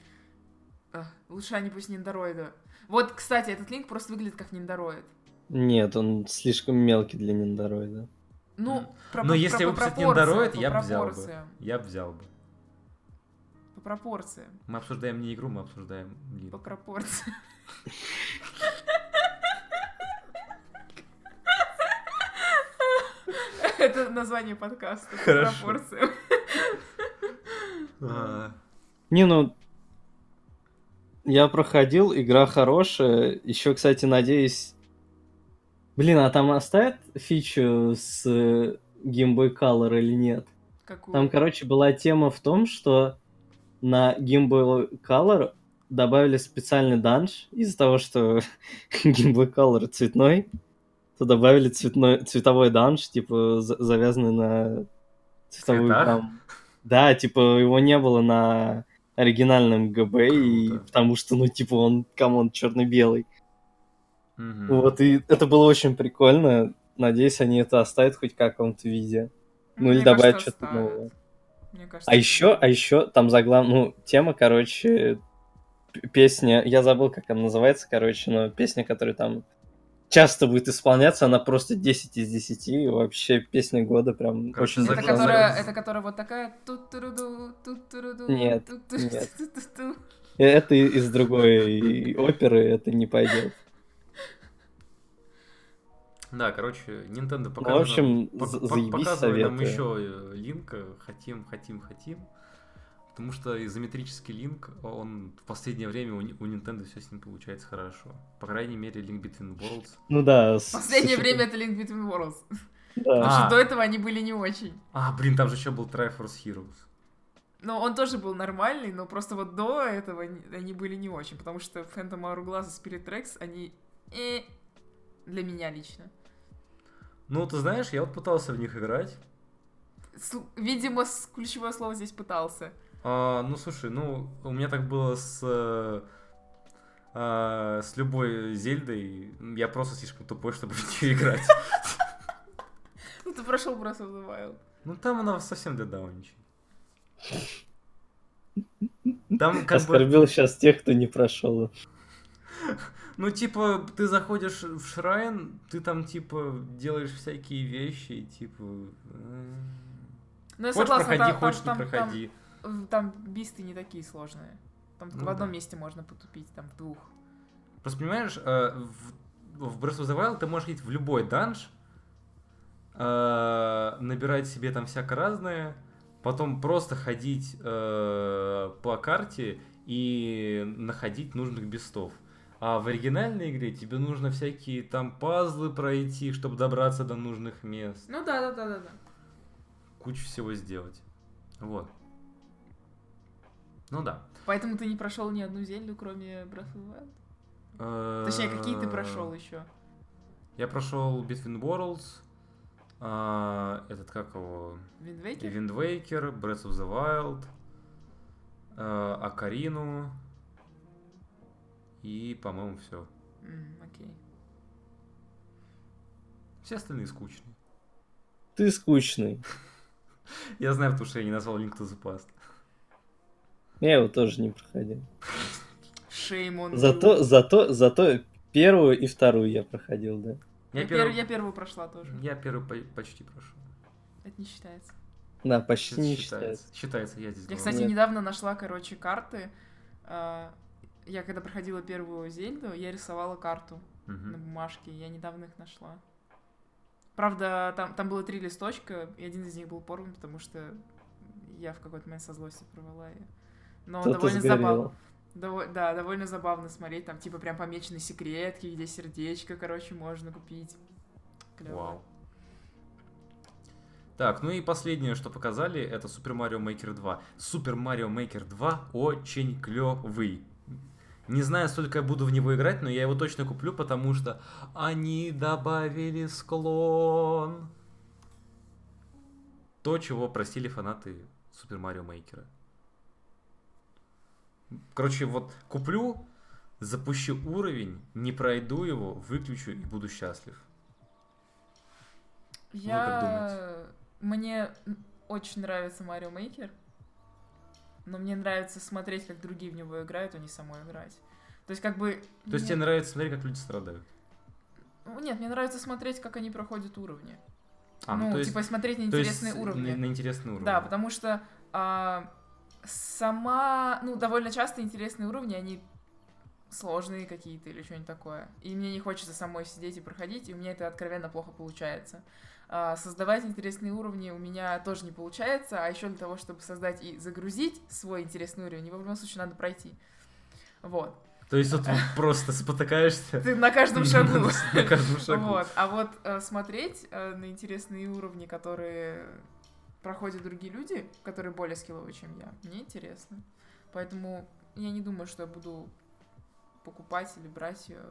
Эх, лучше они пусть ниндороида. Вот, кстати, этот Линк просто выглядит как ниндороид.
Нет, он слишком мелкий для Ниндороида.
М.
Ну, про,
Но
про-
если
про-
выпустят
пропорции,
ниндороид,
по
я б взял бы.
пропорциям,
Я б взял бы.
По пропорциям,
Мы обсуждаем не игру, мы обсуждаем
по
Нин.
пропорциям. Это название подкаста. по
Хорошо.
пропорциям.
А,
Не, ну... Я проходил, игра хорошая. Еще, кстати, надеюсь... Блин, а там оставят фичу с э, Game Boy Color или нет?
Какую?
Там, короче, была тема в том, что на Game Boy Color добавили специальный данж из-за того, что Game Boy Color цветной, то добавили цветной, цветовой данж, типа, за- завязанный на цветовую
Цветах?
гамму. Да, типа, его не было на оригинальном ГБ, и
Круто.
потому что, ну, типа, он, камон, черно-белый.
мгм.
Вот, и это было очень прикольно. Надеюсь, они это оставят хоть в каком-то виде. Ну,
Мне
или добавить
кажется,
что-то
оставят.
новое.
Мне кажется,
А еще, а еще там заглав... ну, тема, короче, п- песня, я забыл, как она называется, короче, но песня, которая там часто будет исполняться, она просто 10 из 10, и вообще песня года прям
Короче,
очень
Это
Закон-
которая,
за-
это которая вот такая тут туруду тут туруду
Нет,
тут
нет. Э, Это и- из другой оперы, это не пойдет.
Да, короче, Nintendo
Ну,
пока.
в общем,
Пок-
за-
пок-
заебись
показывай нам
советую.
еще линка. Хотим, хотим, хотим. Потому что изометрический линк, он в последнее время у, Ни- у Nintendo все с ним получается хорошо. По крайней мере, Link Between Worlds.
Ну да. с-
Последнее
с-
время это Link Between Worlds.
да.
А.
Потому что до этого они были не очень.
А, блин, там же еще был Triforce Heroes.
Но он тоже был нормальный, но просто вот до этого не- они были не очень. Потому что Phantom Hourglass и Spirit Tracks, они... э, для меня лично.
Ну, ты знаешь, я вот пытался в них играть.
С- видимо, с- ключевое слово здесь пытался.
А, ну, слушай, ну, у меня так было с... э, а, с любой Зельдой. Я просто слишком тупой, чтобы в нее играть.
Ну, ты прошел Breath of the Wild.
Ну, там она совсем дауничает. Там как бы...
Оскорбил сейчас тех, кто не прошел.
Ну, типа, ты заходишь в шрайн, ты там, типа, делаешь всякие вещи, и, типа... э,
Ну, я
Хочешь,
согласна,
проходи,
там,
хочешь,
там,
не
там- там-
проходи.
В- Там бисты не такие сложные. Там
Ну
в одном
да.
месте можно потупить, там в двух.
Просто понимаешь, э, в, в Breath of the Wild ты можешь идти в любой данж, э, набирать себе там всякое разное, потом просто ходить э, по карте и находить нужных бестов. А в оригинальной игре тебе нужно всякие там пазлы пройти, чтобы добраться до нужных мест,
Ну да, да, да, да, да.
кучу всего сделать. Вот. Ну да.
Поэтому ты не прошел ни одну зельду, кроме Breath of the Wild?
Э,
Точнее, какие ты
А.
прошел еще?
Я прошел Between Worlds, а, этот как его,
Виндвейкер?
Wind Waker, Breath of the Wild, э, Акарину и, по-моему, все.
М, Окей.
Все остальные скучные.
Ты скучный.
Я знаю, потому что я не назвал Link to the Past.
Я его тоже не проходил.
Шейм он.
Зато, зато, зато первую и вторую я проходил, да.
Я,
Я, пер-
первый,
я первую прошла тоже.
я первый по- почти прошел.
Это не считается.
Да, почти не считается.
считается. Считается, я здесь
Я,
главный.
кстати,
Нет.
недавно нашла, короче, карты. А, Я когда проходила первую Зельду, я рисовала карту на
Мгм.
бумажке. Я недавно их нашла. Правда, там, там было три листочка, и один из них был порван, потому что я в какой-то момент со злости порвала ее. Но
Кто-то
Ну, довольно
сгорел.
забавно. Дово- да, довольно забавно смотреть, там типа прям помечены секретки, где сердечко, короче, можно купить. Клево.
Вау. Так, ну и последнее, что показали, это Super Mario Maker 2. Super Mario Maker 2 очень клевый. Не знаю, сколько я буду в него играть, но я его точно куплю, потому что они добавили склон. То, чего просили фанаты Super Mario Maker. Короче, вот куплю, запущу уровень, не пройду его, выключу и буду счастлив. Ну, как
Я...
думаете?
Мне очень нравится Марио Мейкер, но мне нравится смотреть, как другие в него играют, а не самой играть. То есть как бы...
То есть тебе
мне-
нравится смотреть, как люди страдают?
Ну, Нет, мне нравится смотреть, как они проходят уровни.
А,
ну,
то есть-
типа смотреть на
то есть
интересные уровни.
На, на интересные уровни.
Да, потому что а, сама, ну, довольно часто интересные уровни, они сложные какие-то или что-нибудь такое. И мне не хочется самой сидеть и проходить, и у меня это откровенно плохо получается. А, создавать интересные уровни у меня тоже не получается, а еще для того, чтобы создать и загрузить свой интересный уровень, его в любом случае надо пройти. Вот.
То есть вот просто спотыкаешься
Ты на каждом шагу.
на каждом шагу.
Вот. А вот э, смотреть э, на интересные уровни, которые проходят другие люди, которые более скилловые, чем я, мне интересно. Поэтому я не думаю, что я буду покупать или брать ее.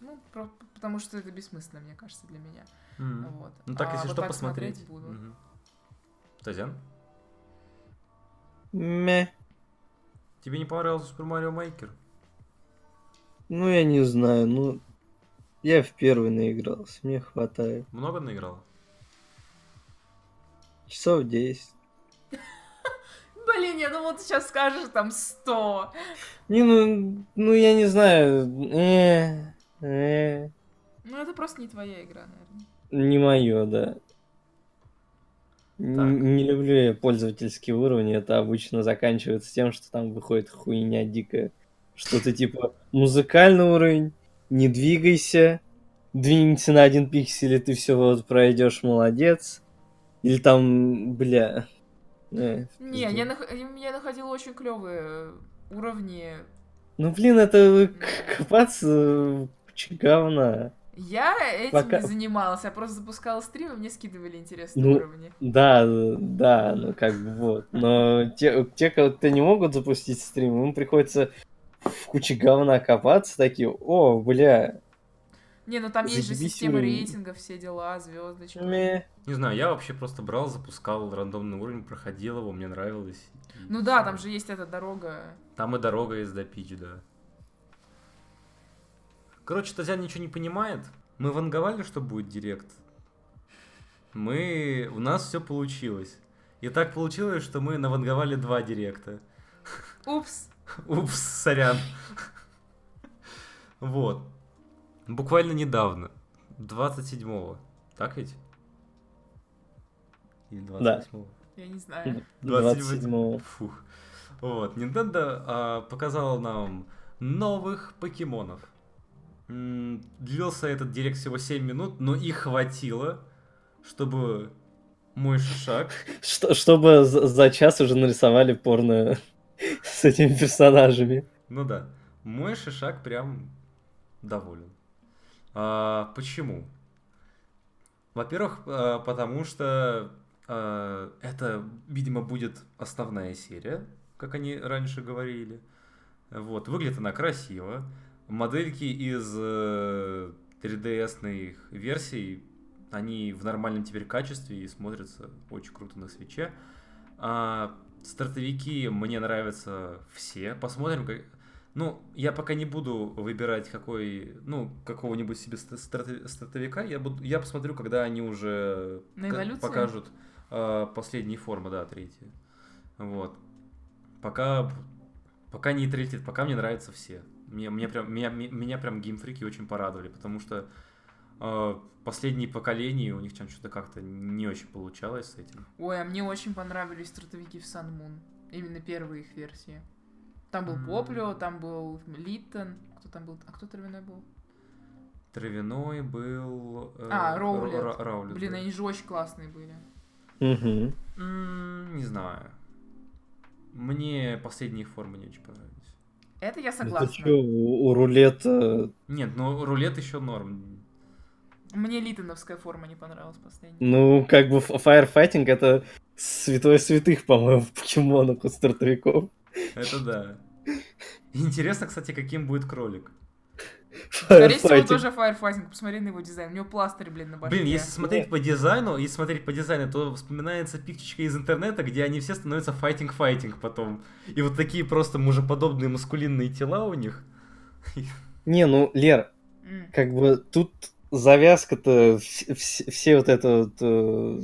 Ну, про- потому что это бессмысленно, мне кажется, для меня.
М.
Вот.
Ну так,
А
если
вот
что, посмотреть.
смотреть буду.
Мгм. Татьяна,
Мя.
тебе не понравился Super Mario Maker?
Ну, я не знаю, ну... Я в первый наигрался, мне хватает.
Много наиграла?
Часов 10.
Блин, я думала, ты сейчас скажешь там 100.
Не, ну, ну я не знаю. э, э,
Ну, это просто не твоя игра, наверное.
не мое, да. Н-
Так.
Не люблю я пользовательские уровни, это обычно заканчивается тем, что там выходит хуйня дикая. Что-то типа музыкальный уровень, не двигайся, двинься на один пиксель, и ты все вот пройдешь, молодец. Или там, бля. э, в
Не,
пизду.
я, нах- я находила очень клевые уровни.
Ну блин, это
М.
к- копаться в куче говна.
Я этим
Пока-
не занималась, я просто запускала стрим, и мне скидывали интересные
Ну,
уровни.
Да, да, ну как бы вот. Но те, те кто не могут запустить стрим, им приходится в куче говна копаться, такие, о, бля,
Не, ну там есть же
заебись
система
уровень.
рейтинга, все дела, звездочки.
мeh».
Не знаю, я вообще просто брал, запускал рандомный уровень, проходил его, мне нравилось. И
Ну да,
всё.
там же есть эта дорога.
Там и дорога из до Пич, да. Короче, Тазян ничего не понимает. Мы ванговали, что будет директ. Мы... У нас все получилось. И так получилось, что мы наванговали два директа.
Упс.
Упс, сорян. Вот. Буквально недавно. 27-го. Так ведь? Или 28-го?
Я не знаю.
27-го.
Фух. Вот, Nintendo а, показала нам новых покемонов. М, Длился этот директ всего 7 минут, но их хватило, чтобы мой шаг...
Что, чтобы за, за час уже нарисовали порно с этими персонажами.
Ну да, мой шишак прям доволен. А, почему? Во-первых, а, потому что а, это, видимо, будет основная серия, как они раньше говорили. Вот, выглядит она красиво. Модельки из э, 3DS-ных версий, они в нормальном теперь качестве и смотрятся очень круто на свече. А стартовики мне нравятся все. Посмотрим, как... Ну, я пока не буду выбирать какой, ну, какого-нибудь себе старт- стартовика. Я, буду, я посмотрю, когда они уже
На
к-
эволюцию?
покажут э, последние формы, да, третьи. Вот. Пока, пока не третий, пока мне нравятся все. Мне, мне прям, меня, ме- меня прям геймфрики очень порадовали, потому что э, последние поколения у них там что-то как-то не очень получалось с этим.
Ой, а мне очень понравились трудовики в Санмун. Именно первые их версии. Там был
М.
Поплио, там был Литтон. Кто там был? А кто травяной был?
Травяной был... э,
А,
Ро-
Роулет.
Ро- Роулет,
Блин,
да.
они же очень классные были.
Мгм.
М, Не знаю. Мне последние формы не очень понравились.
Это я
Это
согласна.
что, у, у рулета...
Нет, ну рулет еще норм.
Мне Литтоновская форма не понравилась последняя.
Ну, как бы ф- фаерфайтинг это святой святых, по-моему, в покемонах у стартовиков.
Это да. Интересно, кстати, каким будет кролик.
Скорее всего,
Фаерфайтинг.
тоже Firefighting. Посмотри на его дизайн. У него пластырь, блин, на башке.
Блин, если смотреть по дизайну, если смотреть по дизайну, то вспоминается пикчечка из интернета, где они все становятся файтинг-файтинг потом. И вот такие просто мужеподобные маскулинные тела у них.
Не, ну, Лер,
М.
как бы тут завязка-то вс- вс- все вот это вот э,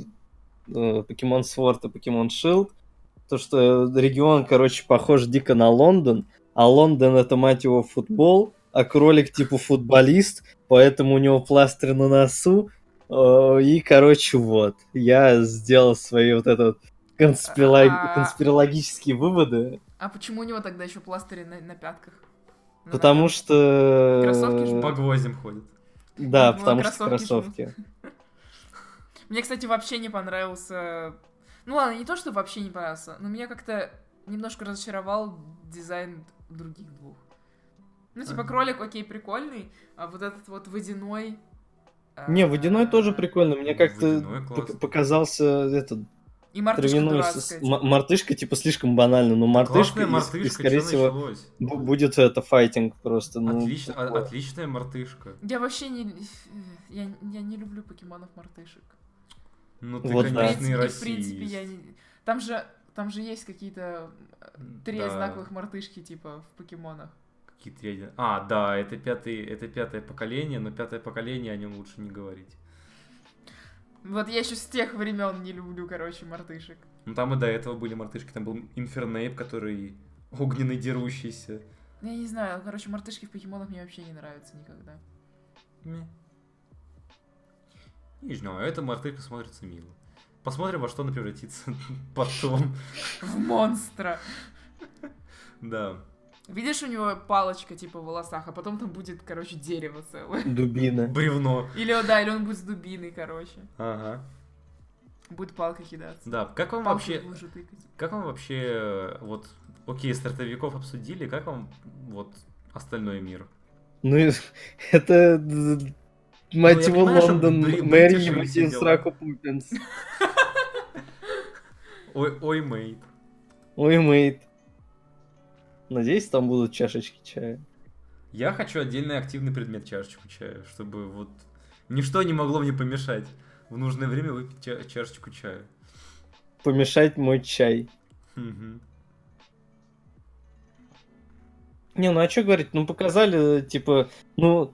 э, Pokemon Sword и Pokemon Shield, то, что регион, короче, похож дико на Лондон, а Лондон это, мать его, футбол, а кролик типа футболист, поэтому у него пластырь на носу, э, и, короче, вот, я сделал свои вот это вот конспиролог-
А.
конспирологические выводы,
А почему у него тогда еще пластыри на, на пятках? Ну, На
потому что...
Кроссовки же
По гвоздям ходит.
Да,
Ну,
потому что
кроссовки жмут.
кроссовки.
ногах. Мне, кстати, вообще не понравился... Ну ладно, не то, что вообще не понравился, но меня как-то немножко разочаровал дизайн других двух. Ну, типа,
Ага.
кролик, окей, прикольный, а вот этот вот водяной... а,
Не, водяной тоже прикольно. Мне как-то
Водяной
пок-
классный.
показался этот
И мартышка
травяной с-
дурацкая,
с-
типа.
м- мартышка типа слишком банально, но
Классная
мартышка, и-
мартышка,
и, скорее
чё
всего
началось?
бу- будет это файтинг просто. Ну,
Отлично, а-
такое.
отличная мартышка.
Я вообще не... Я, я не люблю покемонов-мартышек.
Ну ты,
Вот да.
В
конечно,
принципе,
и
в принципе, я
расист.
не... Там же, там же есть какие-то три
Да.
знаковых мартышки, типа, в покемонах.
Какие три один- А, да, это, пятый, это пятое поколение, но пятое поколение о нем лучше не говорить.
Вот я еще с тех времен не люблю, короче, мартышек.
Ну там и до этого были мартышки, там был Инфернейп, который огненный дерущийся.
Я не знаю, короче, мартышки в покемонах мне вообще не нравятся никогда.
Мя. Не знаю, эта мартышка смотрится мило. Посмотрим, во что она превратится потом.
В монстра.
Да.
Видишь, у него палочка, типа, в волосах, а потом там будет, короче, дерево целое.
Дубина.
Бревно.
Или, о, да, или он будет с дубиной, короче.
Ага.
Будет палкой кидаться.
Да, как вам
Палкой
вообще...
в лужу тыкать.
Как вам вообще, э, вот, окей, стартовиков обсудили, как вам, вот, остальной мир?
Ну и- это д- мать
Ну, я
его
понимаю, что
Лондон,
бри-
Мэри
бритиши
ему
все
тебе
дела.
сраку Пупинс.
Ой, ой, мэй.
Ой, мейт. Надеюсь, там будут чашечки чая.
Я хочу отдельный активный предмет чашечку чая, чтобы вот ничто не могло мне помешать в нужное время выпить ча- чашечку чая.
Помешать мой чай.
Мгм.
Не, ну а что говорить? Ну показали, типа, ну,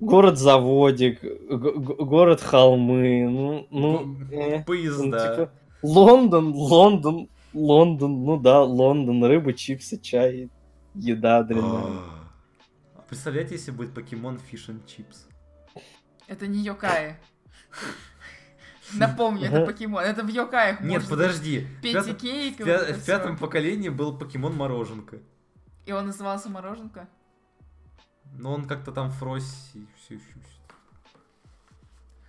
город-заводик, г- г- город-холмы, ну, ну, э, ну,
Поезда.
типа, Лондон, Лондон, Лондон, ну да, Лондон, рыба, чипсы, чай, еда дрянная.
А. А Представляете, если будет покемон Fish and Chips?
Это не Йокаи. Напомню, это
Ага.
покемон. Это в Йокаях
Нет,
можно
подожди. В
Петти
пятом-
Кейк,
в
вот
пя-
это
в пятом
всё.
поколении был покемон Мороженка.
И он назывался Мороженка?
Но он как-то там фроси. всё ещё-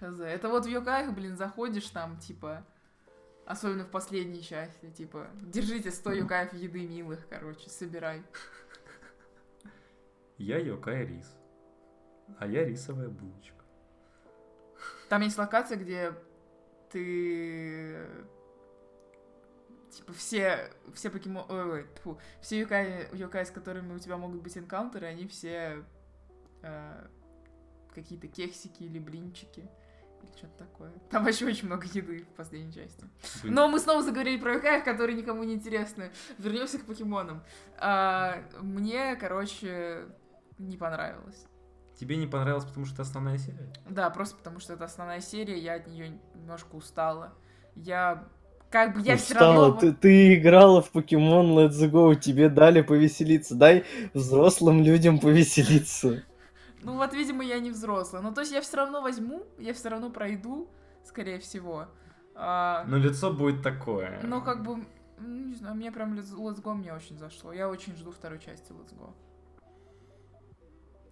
Хз. Это вот в Йокаях, блин, заходишь там, типа, особенно в последней части, типа, держите 100 Йокаев еды милых, короче, собирай.
Я Йокай Рис. А я рисовая булочка.
Там есть локация, где ты Типа все, все покемон... Ой, ой, тьфу. все юкай, юкай, с которыми у тебя могут быть энкаунтеры, они все э, какие-то кексики или блинчики. Или что-то такое. Там вообще очень много еды в последней части.
Блин,
Но мы снова заговорили про юкаев, которые никому не интересны. Вернемся к покемонам. А, мне, короче, не понравилось.
Тебе не понравилось, потому что это основная серия?
Да, просто потому что это основная серия, я от нее немножко устала. Я как бы я все равно...
ты, ты играла в Pokemon Let's Go, тебе дали повеселиться. Дай взрослым людям повеселиться.
Ну вот, видимо, я не взрослая. Ну, то есть я все равно возьму, я все равно пройду, скорее всего. А,
Но лицо будет такое.
но как бы, ну, не знаю, мне прям Let's Let's Go мне очень зашло. Я очень жду второй части Let's Go.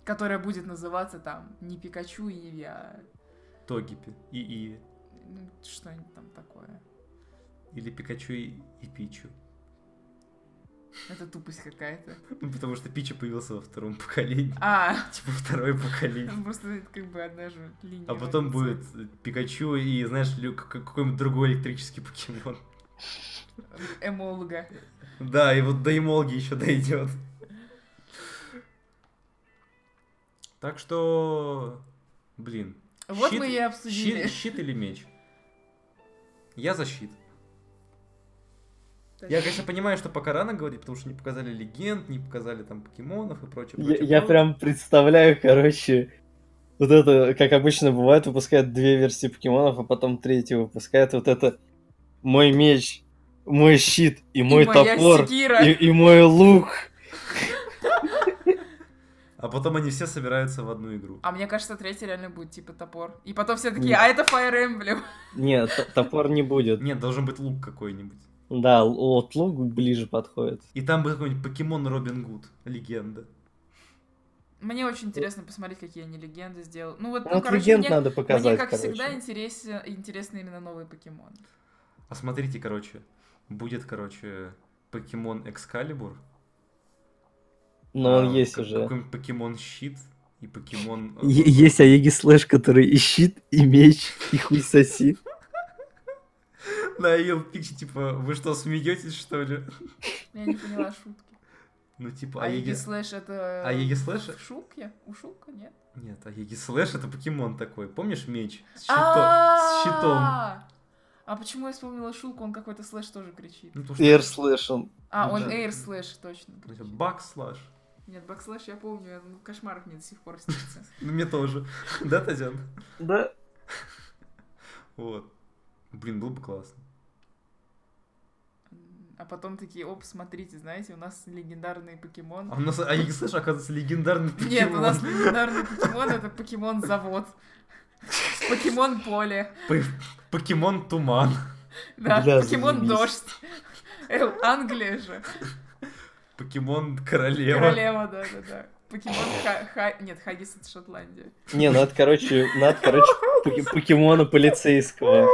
Которая будет называться там не Пикачу и Иви, а
Тогипи. И Иви.
ну, что-нибудь там такое.
Или Пикачу и, и Пичу.
Это тупость какая-то.
Ну, потому что Пича появился во втором поколении.
А,
Типа второе поколение.
просто это как бы одна же линия.
А потом
эволюции.
будет Пикачу и, знаешь, лю- как- какой-нибудь другой электрический покемон.
Эмолога.
Да, и вот до Эмолги еще дойдет. Так что, блин,
Вот
Щит-
мы и
щит,
обсудили.
щит или меч? Я за щит. Я, конечно, понимаю, что пока рано говорить, потому что не показали легенд, не показали там покемонов и прочее.
Я,
прочее, Ну,
я
прочее.
прям представляю, короче, вот это, как обычно бывает, выпускают две версии покемонов, а потом третью выпускают. Вот это мой меч, мой щит и мой
И моя
топор,
секира.
и, и мой лук.
А потом они все собираются в одну игру.
А мне кажется, третий реально будет типа топор. И потом все такие,
Нет.
а это Fire Emblem.
Нет, т- топор не будет.
Нет, должен быть лук какой-нибудь.
Да, л- вот лук ближе подходит.
И там будет какой-нибудь покемон Робин Гуд. Легенда.
Мне очень интересно посмотреть, какие они легенды сделают. Ну вот, ну,
Вот
короче,
легенд
мне,
надо показать,
мне, как
короче.
всегда, интересен, интересны именно новые покемоны.
А смотрите, короче, будет, короче, покемон Экскалибур.
Но он
а,
есть
как-
уже.
Какой-нибудь покемон Щит и покемон... э,
Е- Есть Аеги Слэш, который и щит, и меч, и хуй соси.
На Ил Пикче, типа, вы что, смеетесь, что ли?
Я не поняла шутки.
Ну, типа,
А Еги
Аеги...
Слэш это...
А Еги Слэш?
в Шулке? У Шулка? Нет?
Нет, Аеги Слэш это покемон такой. Помнишь меч? С щитом. С щитом.
А-а-а! А почему я вспомнила Шулку? Он какой-то Слэш тоже кричит.
Ну, потому что-
Эйр Слэш, он
А,
Ну
он
да.
Эйр Слэш, точно.
Ну, типа,
кричит.
Бак Слэш.
Нет, бэкслэш я помню, он кошмар мне до сих пор снится.
Ну, мне тоже. Да, Татьяна?
Да.
Вот. Блин, было бы классно.
А потом такие, оп, смотрите, знаете, у нас легендарный покемон.
А у нас Аеги Слэш, оказывается, легендарный покемон.
Нет, у нас легендарный покемон это покемон-завод. Покемон-поле.
П- Покемон Туман.
Да,
Бля,
покемон-дождь. Эл, Англия же.
Покемон Королева.
Королева, да-да-да. Покемон Ха... Ха- Нет, Хагис это Шотландия.
Не, надо, короче, надо, короче, поке- покемона полицейского.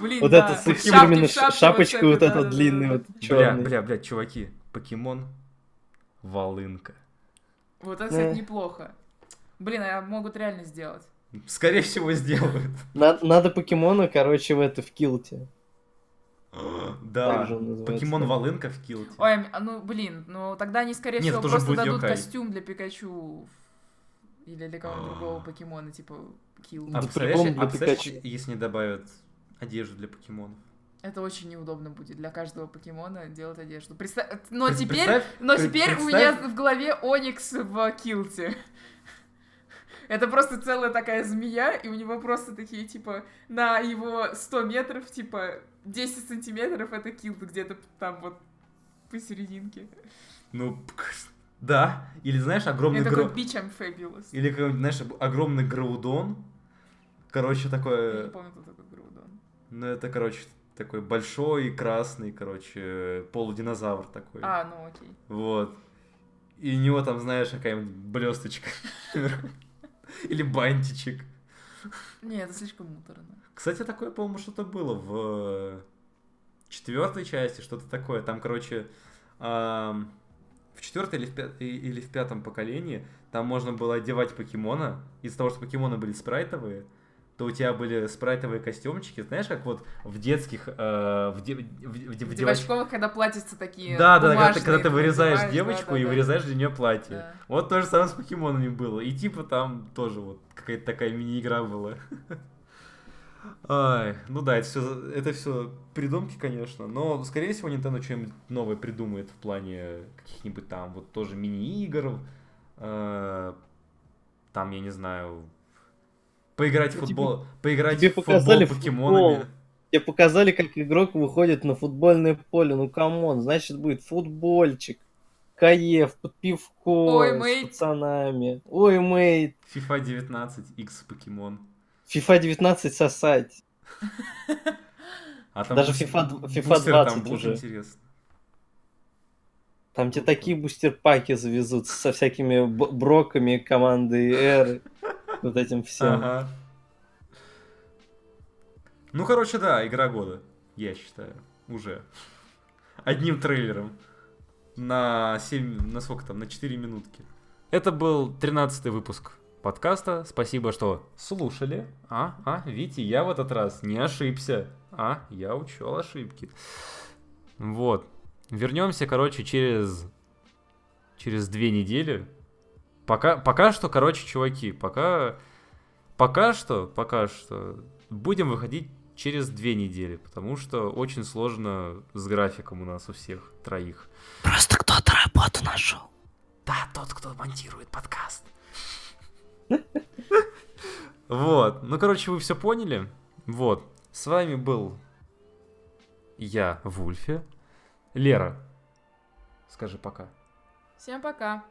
Блин,
Вот
да.
это с
в
их
шапке, в
фирменной
шапке
ш- шапочкой, вот
да-да-да-да-да.
этот длинный, вот
Бля,
черный.
бля, бля, чуваки. Покемон Волынка.
Вот это, кстати,
Э.
неплохо. Блин, а могут реально сделать.
Скорее всего, сделают.
Надо, надо покемона, короче, в это, в килте.
Да.
Так же он называется,
Покемон
да.
Волынка в килте.
Ой, м- а ну блин, ну тогда они, скорее
Нет,
всего,
это уже
просто
будет
дадут
Йокай.
костюм для Пикачу в- или для кого-нибудь другого покемона, типа Килл.
А
Да
представляешь,
по-любому
а
для
представляешь,
Пикачу.
если не добавят одежду для покемонов?
Это очень неудобно будет для каждого покемона делать одежду. Представь, но
Пред-
Ну, а теперь,
представь-
но
пред-
теперь у
представь-
меня в голове Оникс в Килте. Это просто целая такая змея, и у него просто такие, типа, на его 100 метров, типа, 10 сантиметров это килл где-то там вот посерединке.
Ну, пк, да. Или, знаешь,
И
огромный
такой,
гро-
bitch, I'm fabulous.
Или какой-нибудь, знаешь, об- огромный граудон. Короче,
Я не
такое...
помню, кто такой Грудон.
Ну, это, короче, такой большой и красный, короче, полудинозавр такой.
А, ну окей.
Вот. И у него там, знаешь, какая-нибудь блесточка. Или бантичек.
Не, это слишком муторно.
Кстати, такое, по-моему, что-то было в четвертой части, что-то такое. Там, короче, ам, в четвертой или в, пя- и- или в пятом поколении там можно было одевать покемона. Из-за того, что покемоны были спрайтовые, то у тебя были спрайтовые костюмчики, знаешь, как вот в детских, э, в, де- в, в- в
Типа В
девоч-
девочковых, когда платятся такие
Да, да, когда ты,
бумажные,
когда ты вырезаешь
надеваешь,
девочку
да,
и
да,
вырезаешь для нее платье.
да.
Вот то же самое с покемонами было. И типа там тоже вот какая-то такая мини-игра была. Ай, ну да, это все, это все придумки, конечно, но, скорее всего, Nintendo что-нибудь новое придумает в плане каких-нибудь там вот тоже мини-игр, э, там, я не знаю, поиграть в
Ну, тебе-
футбол, поиграть
тебе
в футбол
показали футбол.
покемонами.
Тебе показали, как игрок выходит на футбольное поле. Ну, камон, значит, будет футбольчик. Каев под пивко
Ой,
с
мейт.
пацанами. Ой, мейт.
FIFA 19, X покемон.
FIFA 19 сосать.
А там
Даже
бус-
FIFA дв- FIFA
бустеры там
20
будут
уже.
интересно.
Там тебе такие бустерпаки завезут со всякими б- броками команды Эры. Вот этим всем.
Ага. Ну, короче, да, игра года, я считаю, уже. Одним трейлером. На 7, на сколько там, на 4 минутки. Это был 13 выпуск подкаста. Спасибо, что слушали. А, а, видите, я в этот раз не ошибся. А, я учел ошибки. Вот. Вернемся, короче, через... Через две недели. Пока, пока что, короче, чуваки, пока... Пока что, пока что будем выходить через две недели, потому что очень сложно с графиком у нас у всех троих.
Просто кто-то работу нашел.
Да, тот, кто монтирует подкаст. Вот, ну короче, вы все поняли. Вот, с вами был я, Вульфе. Лера, скажи пока.
Всем пока.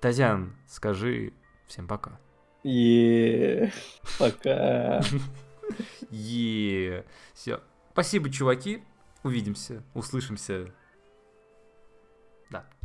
Тазян, скажи всем пока.
И пока.
Е. Все. Спасибо, чуваки. Увидимся, услышимся. Да.